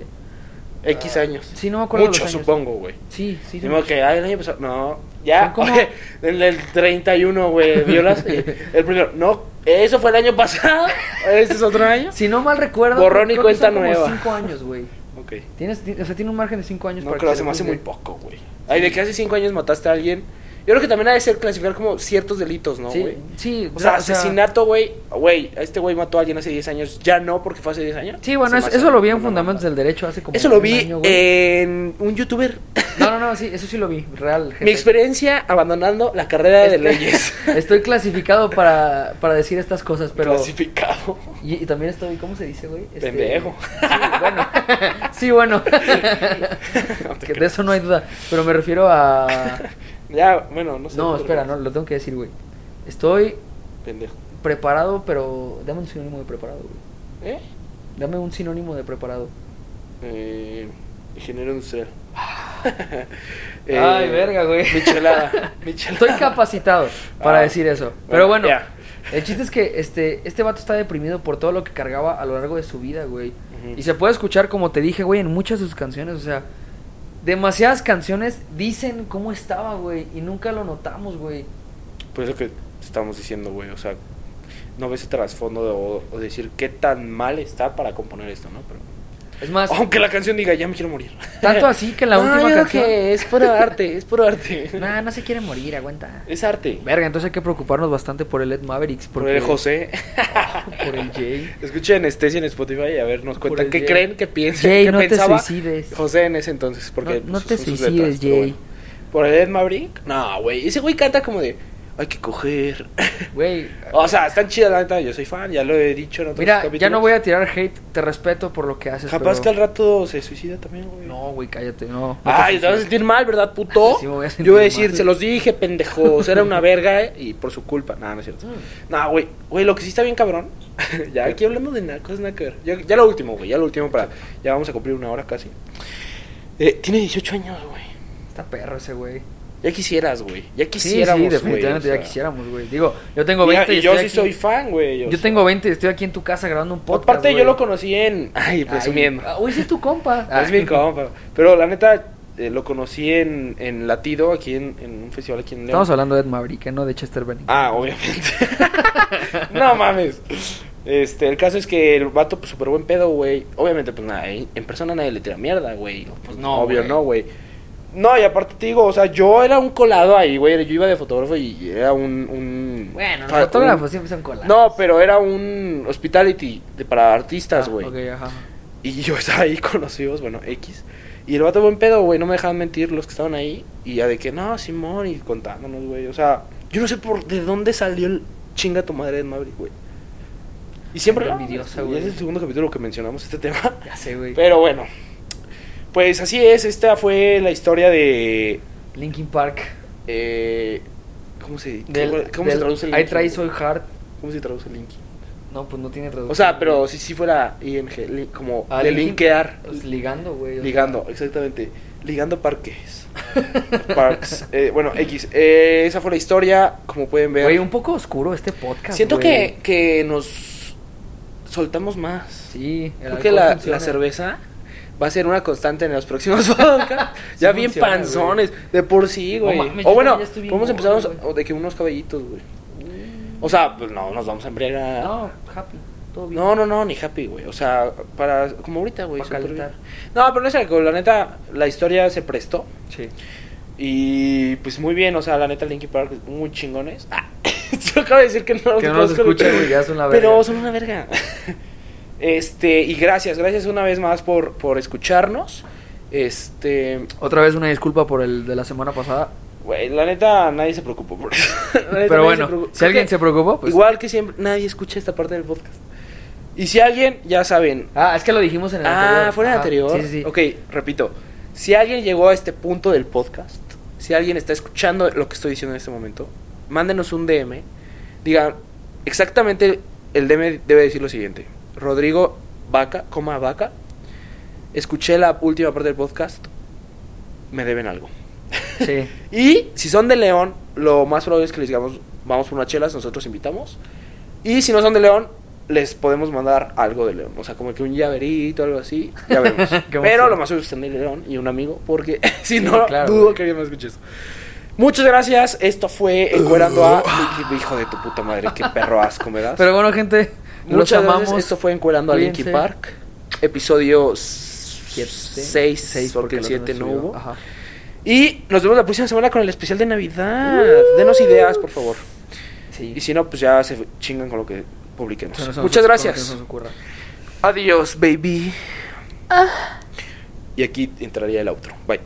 Speaker 3: X
Speaker 2: Ah,
Speaker 3: años.
Speaker 2: sí, no me acuerdo de
Speaker 3: Mucho,
Speaker 2: los años.
Speaker 3: supongo, güey.
Speaker 2: Sí, sí. sí.
Speaker 3: Ni modo que, ay, el año pasado. No, ya.
Speaker 2: Son como-
Speaker 3: Oye, en (laughs) el 31, güey, violas. y el primero, no, eso fue el
Speaker 2: (laughs)
Speaker 3: año pasado. Este es otro año.
Speaker 2: Si no mal recuerdo,
Speaker 3: Borrón y
Speaker 2: creo que
Speaker 3: cuenta
Speaker 2: son como
Speaker 3: nueva.
Speaker 2: cinco años, güey.
Speaker 3: Ok.
Speaker 2: Tienes, ti- o sea, tiene un margen de cinco años
Speaker 3: No,
Speaker 2: para
Speaker 3: claro,
Speaker 2: que
Speaker 3: se me hace
Speaker 2: juzgue.
Speaker 3: muy poco, güey. Ay, de que hace 5 años mataste a alguien. Yo creo que también ha de ser clasificar como ciertos delitos, ¿no,
Speaker 2: sí,
Speaker 3: güey?
Speaker 2: sí,
Speaker 3: O sea, asesinato, güey. Güey, este güey mató a alguien hace 10 años. Ya no, porque fue hace 10 años.
Speaker 2: Sí, bueno,
Speaker 3: Se
Speaker 2: es-
Speaker 3: me hace
Speaker 2: eso lo vi en
Speaker 3: una
Speaker 2: Fundamentos
Speaker 3: mamada.
Speaker 2: del Derecho hace como
Speaker 3: Eso lo
Speaker 2: un
Speaker 3: vi eh,
Speaker 2: año, güey.
Speaker 3: en
Speaker 2: (laughs)
Speaker 3: un youtuber.
Speaker 2: No, no, no, sí, eso sí lo vi, real.
Speaker 3: Mi
Speaker 2: jefe.
Speaker 3: experiencia abandonando la carrera de
Speaker 2: Este-
Speaker 3: leyes.
Speaker 2: Estoy clasificado para, para decir estas cosas, (laughs) pero...
Speaker 3: Clasificado.
Speaker 2: Y, y también estoy, ¿cómo se dice, güey? Este,
Speaker 3: Pendejo.
Speaker 2: Sí, bueno. (laughs) sí, bueno.
Speaker 3: (laughs) No
Speaker 2: (laughs)
Speaker 3: te
Speaker 2: Que de
Speaker 3: creas.
Speaker 2: eso no hay duda. Pero me refiero a...
Speaker 3: Ya, bueno, (laughs) no sé.
Speaker 2: No,
Speaker 3: pero-
Speaker 2: espera, no, lo tengo que decir, güey. Estoy
Speaker 3: Pendejo.
Speaker 2: preparado, pero... Dame un sinónimo de preparado, güey.
Speaker 3: ¿Eh?
Speaker 2: Dame un sinónimo de preparado.
Speaker 3: Eh, ingeniero industrial.
Speaker 2: Ah.
Speaker 3: (laughs) Eh,
Speaker 2: Ay, verga, güey. (laughs)
Speaker 3: Michelada. Michelada.
Speaker 2: Estoy
Speaker 3: (laughs)
Speaker 2: capacitado para
Speaker 3: Ah,
Speaker 2: decir eso. Pero bueno,
Speaker 3: ya.
Speaker 2: el chiste es que este, este vato está deprimido por todo lo que cargaba a lo largo de su vida, güey.
Speaker 3: Ujú.
Speaker 2: Y se puede escuchar, como te dije, güey, en muchas de sus canciones. O sea, demasiadas canciones dicen cómo estaba, güey. Y nunca lo notamos, güey.
Speaker 3: Por eso que te estamos diciendo, güey. O sea, no ves el trasfondo de, o, o decir qué tan mal está para componer esto, ¿no? Pero,
Speaker 2: Es más,
Speaker 3: aunque la canción diga, ya me quiero morir.
Speaker 2: (laughs) tanto así que en la
Speaker 3: Oh, (laughs) No,
Speaker 2: última
Speaker 3: yo creo
Speaker 2: canción.
Speaker 3: que es puro arte, es puro arte.
Speaker 2: (laughs) Nah, no se quiere morir, aguanta.
Speaker 3: Es arte.
Speaker 2: Verga, entonces hay que preocuparnos bastante por el Ed Mavericks.
Speaker 3: Por
Speaker 2: porque- (laughs)
Speaker 3: el José.
Speaker 2: Por el Jay.
Speaker 3: Escuchen Estesia en Spotify y a ver, nos
Speaker 2: Por
Speaker 3: cuentan
Speaker 2: el
Speaker 3: qué
Speaker 2: Jay.
Speaker 3: creen,
Speaker 2: (laughs)
Speaker 3: qué piensan,
Speaker 2: Jay,
Speaker 3: qué
Speaker 2: no te
Speaker 3: pensaba
Speaker 2: suicides.
Speaker 3: José en ese entonces, porque
Speaker 2: No- no
Speaker 3: pues,
Speaker 2: te
Speaker 3: son sus
Speaker 2: suicides,
Speaker 3: pero
Speaker 2: Jay.
Speaker 3: Por el Ed Maverick, no, güey, ese güey canta como de hay que coger.
Speaker 2: (laughs)
Speaker 3: (laughs)
Speaker 2: Güey. ah,
Speaker 3: o sea, están chidas la neta, yo soy fan, ya lo he dicho en otros
Speaker 2: Mira,
Speaker 3: Ah, capítulos.
Speaker 2: ya no voy a tirar hate, te respeto por lo que haces.
Speaker 3: Capaz
Speaker 2: pero-
Speaker 3: que al rato se suicida también, güey.
Speaker 2: No, güey, cállate, no.
Speaker 3: Ay, te vas a
Speaker 2: entonces
Speaker 3: sentir mal, ¿verdad, puto?
Speaker 2: Sí me voy a sentir
Speaker 3: Yo voy a decir,
Speaker 2: mal.
Speaker 3: se los dije, pendejos, era una verga eh, y por su culpa. No, no es cierto. No, güey, güey, lo que sí está bien cabrón. (laughs) ya aquí hablamos de nada, cosas nada que ver. Ya, ya lo último, güey, ya lo último para. Ya vamos a cumplir una hora casi. Eh, tiene 18 años, güey.
Speaker 2: Está perro ese güey.
Speaker 3: Ya quisieras, güey. Ya
Speaker 2: Sí,
Speaker 3: quisieramos,
Speaker 2: sí,
Speaker 3: güey,
Speaker 2: definitivamente
Speaker 3: o sea.
Speaker 2: ya quisiéramos, güey. Digo, yo tengo
Speaker 3: Mira,
Speaker 2: 20
Speaker 3: y
Speaker 2: y
Speaker 3: yo sí
Speaker 2: estoy aquí-
Speaker 3: soy fan, güey. o
Speaker 2: Yo
Speaker 3: sea.
Speaker 2: tengo 20 y estoy aquí en tu casa grabando un podcast,
Speaker 3: Aparte, yo
Speaker 2: güey.
Speaker 3: lo conocí en. Ay,
Speaker 2: Ay,
Speaker 3: presumiendo.
Speaker 2: ah, Uy, sí es tu compa. Ah.
Speaker 3: Es mi compa. Pero la neta, eh, lo conocí en, en Latido, aquí en, en un festival aquí en León.
Speaker 2: Estamos hablando de Ed Maverick, ¿eh? no de Chester Bennington.
Speaker 3: Ah, obviamente. (laughs) no mames. Este, el caso es que el vato, pues, súper buen pedo, güey. Obviamente, pues, nada, en en persona nadie le tira mierda, güey. Pues,
Speaker 2: no,
Speaker 3: Obvio,
Speaker 2: güey.
Speaker 3: no, güey. No, y aparte te digo, o sea, yo era un colado ahí, güey. Yo iba de fotógrafo y era un... un
Speaker 2: bueno, los
Speaker 3: fa-
Speaker 2: Ah, fotógrafos
Speaker 3: un-
Speaker 2: siempre son colados.
Speaker 3: No, pero era un hospitality de- para artistas, güey.
Speaker 2: Ah, Ok, ajá.
Speaker 3: Y yo (laughs) estaba ahí con los hijos, bueno, X. Y el vato buen pedo, güey, no me dejaban mentir los que estaban ahí. Y ya de que, no, Simón, y contándonos, güey. O sea, yo no sé por de dónde salió el chinga tu madre de Maverick, güey. Y siempre...
Speaker 2: Era
Speaker 3: lo-
Speaker 2: envidiosa,
Speaker 3: y
Speaker 2: güey.
Speaker 3: Es el segundo capítulo que mencionamos este tema.
Speaker 2: Ya sé, güey.
Speaker 3: (laughs) Pero bueno, pues así es, esta fue la historia de...
Speaker 2: Linkin Park.
Speaker 3: eh, ¿Cómo se, qué-
Speaker 2: Del-
Speaker 3: cómo se
Speaker 2: del
Speaker 3: traduce el
Speaker 2: I
Speaker 3: Linkin,
Speaker 2: Try
Speaker 3: güey?
Speaker 2: So Hard.
Speaker 3: ¿Cómo se traduce Linkin?
Speaker 2: No, pues no tiene traducción.
Speaker 3: O sea, pero si sí fuera ING, li- como
Speaker 2: Ah,
Speaker 3: de
Speaker 2: Linkin-
Speaker 3: linkear.
Speaker 2: Pues, ligando, güey. o sea. (laughs)
Speaker 3: Ligando, exactamente. Ligando parques. (laughs) Parks. Eh, bueno, X. Eh, esa fue la historia, como pueden ver.
Speaker 2: Güey, un poco oscuro este podcast.
Speaker 3: Siento
Speaker 2: güey.
Speaker 3: que, que nos soltamos más.
Speaker 2: Sí, el
Speaker 3: Creo que
Speaker 2: alcohol
Speaker 3: la,
Speaker 2: funciona.
Speaker 3: la cerveza va a ser una constante en los próximos (laughs) podcasts. ya bien
Speaker 2: funciona,
Speaker 3: panzones, de por sí,
Speaker 2: No
Speaker 3: güey.
Speaker 2: mames,
Speaker 3: o
Speaker 2: yo
Speaker 3: bueno,
Speaker 2: también ya estoy bien
Speaker 3: vamos a empezar
Speaker 2: gordo,
Speaker 3: unos-
Speaker 2: güey.
Speaker 3: o de que unos cabellitos, güey. O sea, pues no, nos vamos a embriagar.
Speaker 2: Uh, No, happy. Todo bien.
Speaker 3: No, no, no, ni happy, güey. O sea, para. Como ahorita, güey.
Speaker 2: Pa'
Speaker 3: súper bien.
Speaker 2: calentar.
Speaker 3: No, pero no es alcohol. La neta, la historia se prestó.
Speaker 2: Sí.
Speaker 3: Y pues muy bien, o sea, la neta, Linkin Park, muy chingones. Ah, (laughs) Yo acabo de decir que no los
Speaker 2: Que no los
Speaker 3: conozco,
Speaker 2: escuche, güey, ya es una verga.
Speaker 3: Pero son una verga. (laughs) Este, y gracias, gracias una vez más por, por escucharnos. Este,
Speaker 2: Otra vez una disculpa por el de la semana pasada.
Speaker 3: güey, la neta nadie se preocupó por eso. (laughs) La neta, nadie
Speaker 2: Pero bueno,
Speaker 3: se preocupó.
Speaker 2: si
Speaker 3: Creo
Speaker 2: alguien
Speaker 3: que
Speaker 2: se preocupó, pues.
Speaker 3: Igual que siempre, nadie escucha esta parte del podcast. Y si alguien, ya saben,
Speaker 2: Ah, es que lo dijimos en el anterior.
Speaker 3: Ah, fue en el
Speaker 2: Ajá,
Speaker 3: anterior.
Speaker 2: Sí, sí, sí.
Speaker 3: Ok, repito. Si alguien llegó a este punto del podcast, si alguien está escuchando lo que estoy diciendo en este momento, mándenos un DM. Digan, exactamente el DM debe decir lo siguiente. Rodrigo Vaca, coma Vaca, escuché la última parte del podcast, me deben algo.
Speaker 2: Sí. (laughs)
Speaker 3: Y si son de León, lo más probable es que les digamos, vamos por unas chelas, nosotros invitamos. Y si no son de León, les podemos mandar algo de León. O sea, como que un llaverito, algo así.
Speaker 2: (laughs)
Speaker 3: Ya veremos.
Speaker 2: Qué
Speaker 3: Pero
Speaker 2: emoción.
Speaker 3: lo más seguro es que estén de León y un amigo, porque (laughs)
Speaker 2: Sí,
Speaker 3: si no,
Speaker 2: claro,
Speaker 3: dudo
Speaker 2: güey.
Speaker 3: que alguien me escuche eso. Muchas gracias. Esto fue Encuerando a... Hijo de tu puta madre, qué perro asco me das.
Speaker 2: Uh. (laughs) Pero bueno, gente, los
Speaker 3: Muchas
Speaker 2: amamos.
Speaker 3: gracias. Esto fue Encuerando a Linky
Speaker 2: Cuídense.
Speaker 3: Park. Episodio
Speaker 2: Siete.
Speaker 3: 6,
Speaker 2: Seis,
Speaker 3: porque el
Speaker 2: el
Speaker 3: 7
Speaker 2: otro
Speaker 3: no
Speaker 2: subió.
Speaker 3: hubo.
Speaker 2: Ajá.
Speaker 3: Y nos vemos la próxima semana con el especial de Navidad.
Speaker 2: Uh.
Speaker 3: Denos ideas, por favor.
Speaker 2: Sí.
Speaker 3: Y si no, pues ya se chingan con lo que publiquemos.
Speaker 2: Eso no se nos-
Speaker 3: Muchas
Speaker 2: con lo que no se
Speaker 3: gracias.
Speaker 2: nos ocurra. (laughs)
Speaker 3: Adiós, baby. Y aquí entraría el outro. Bye.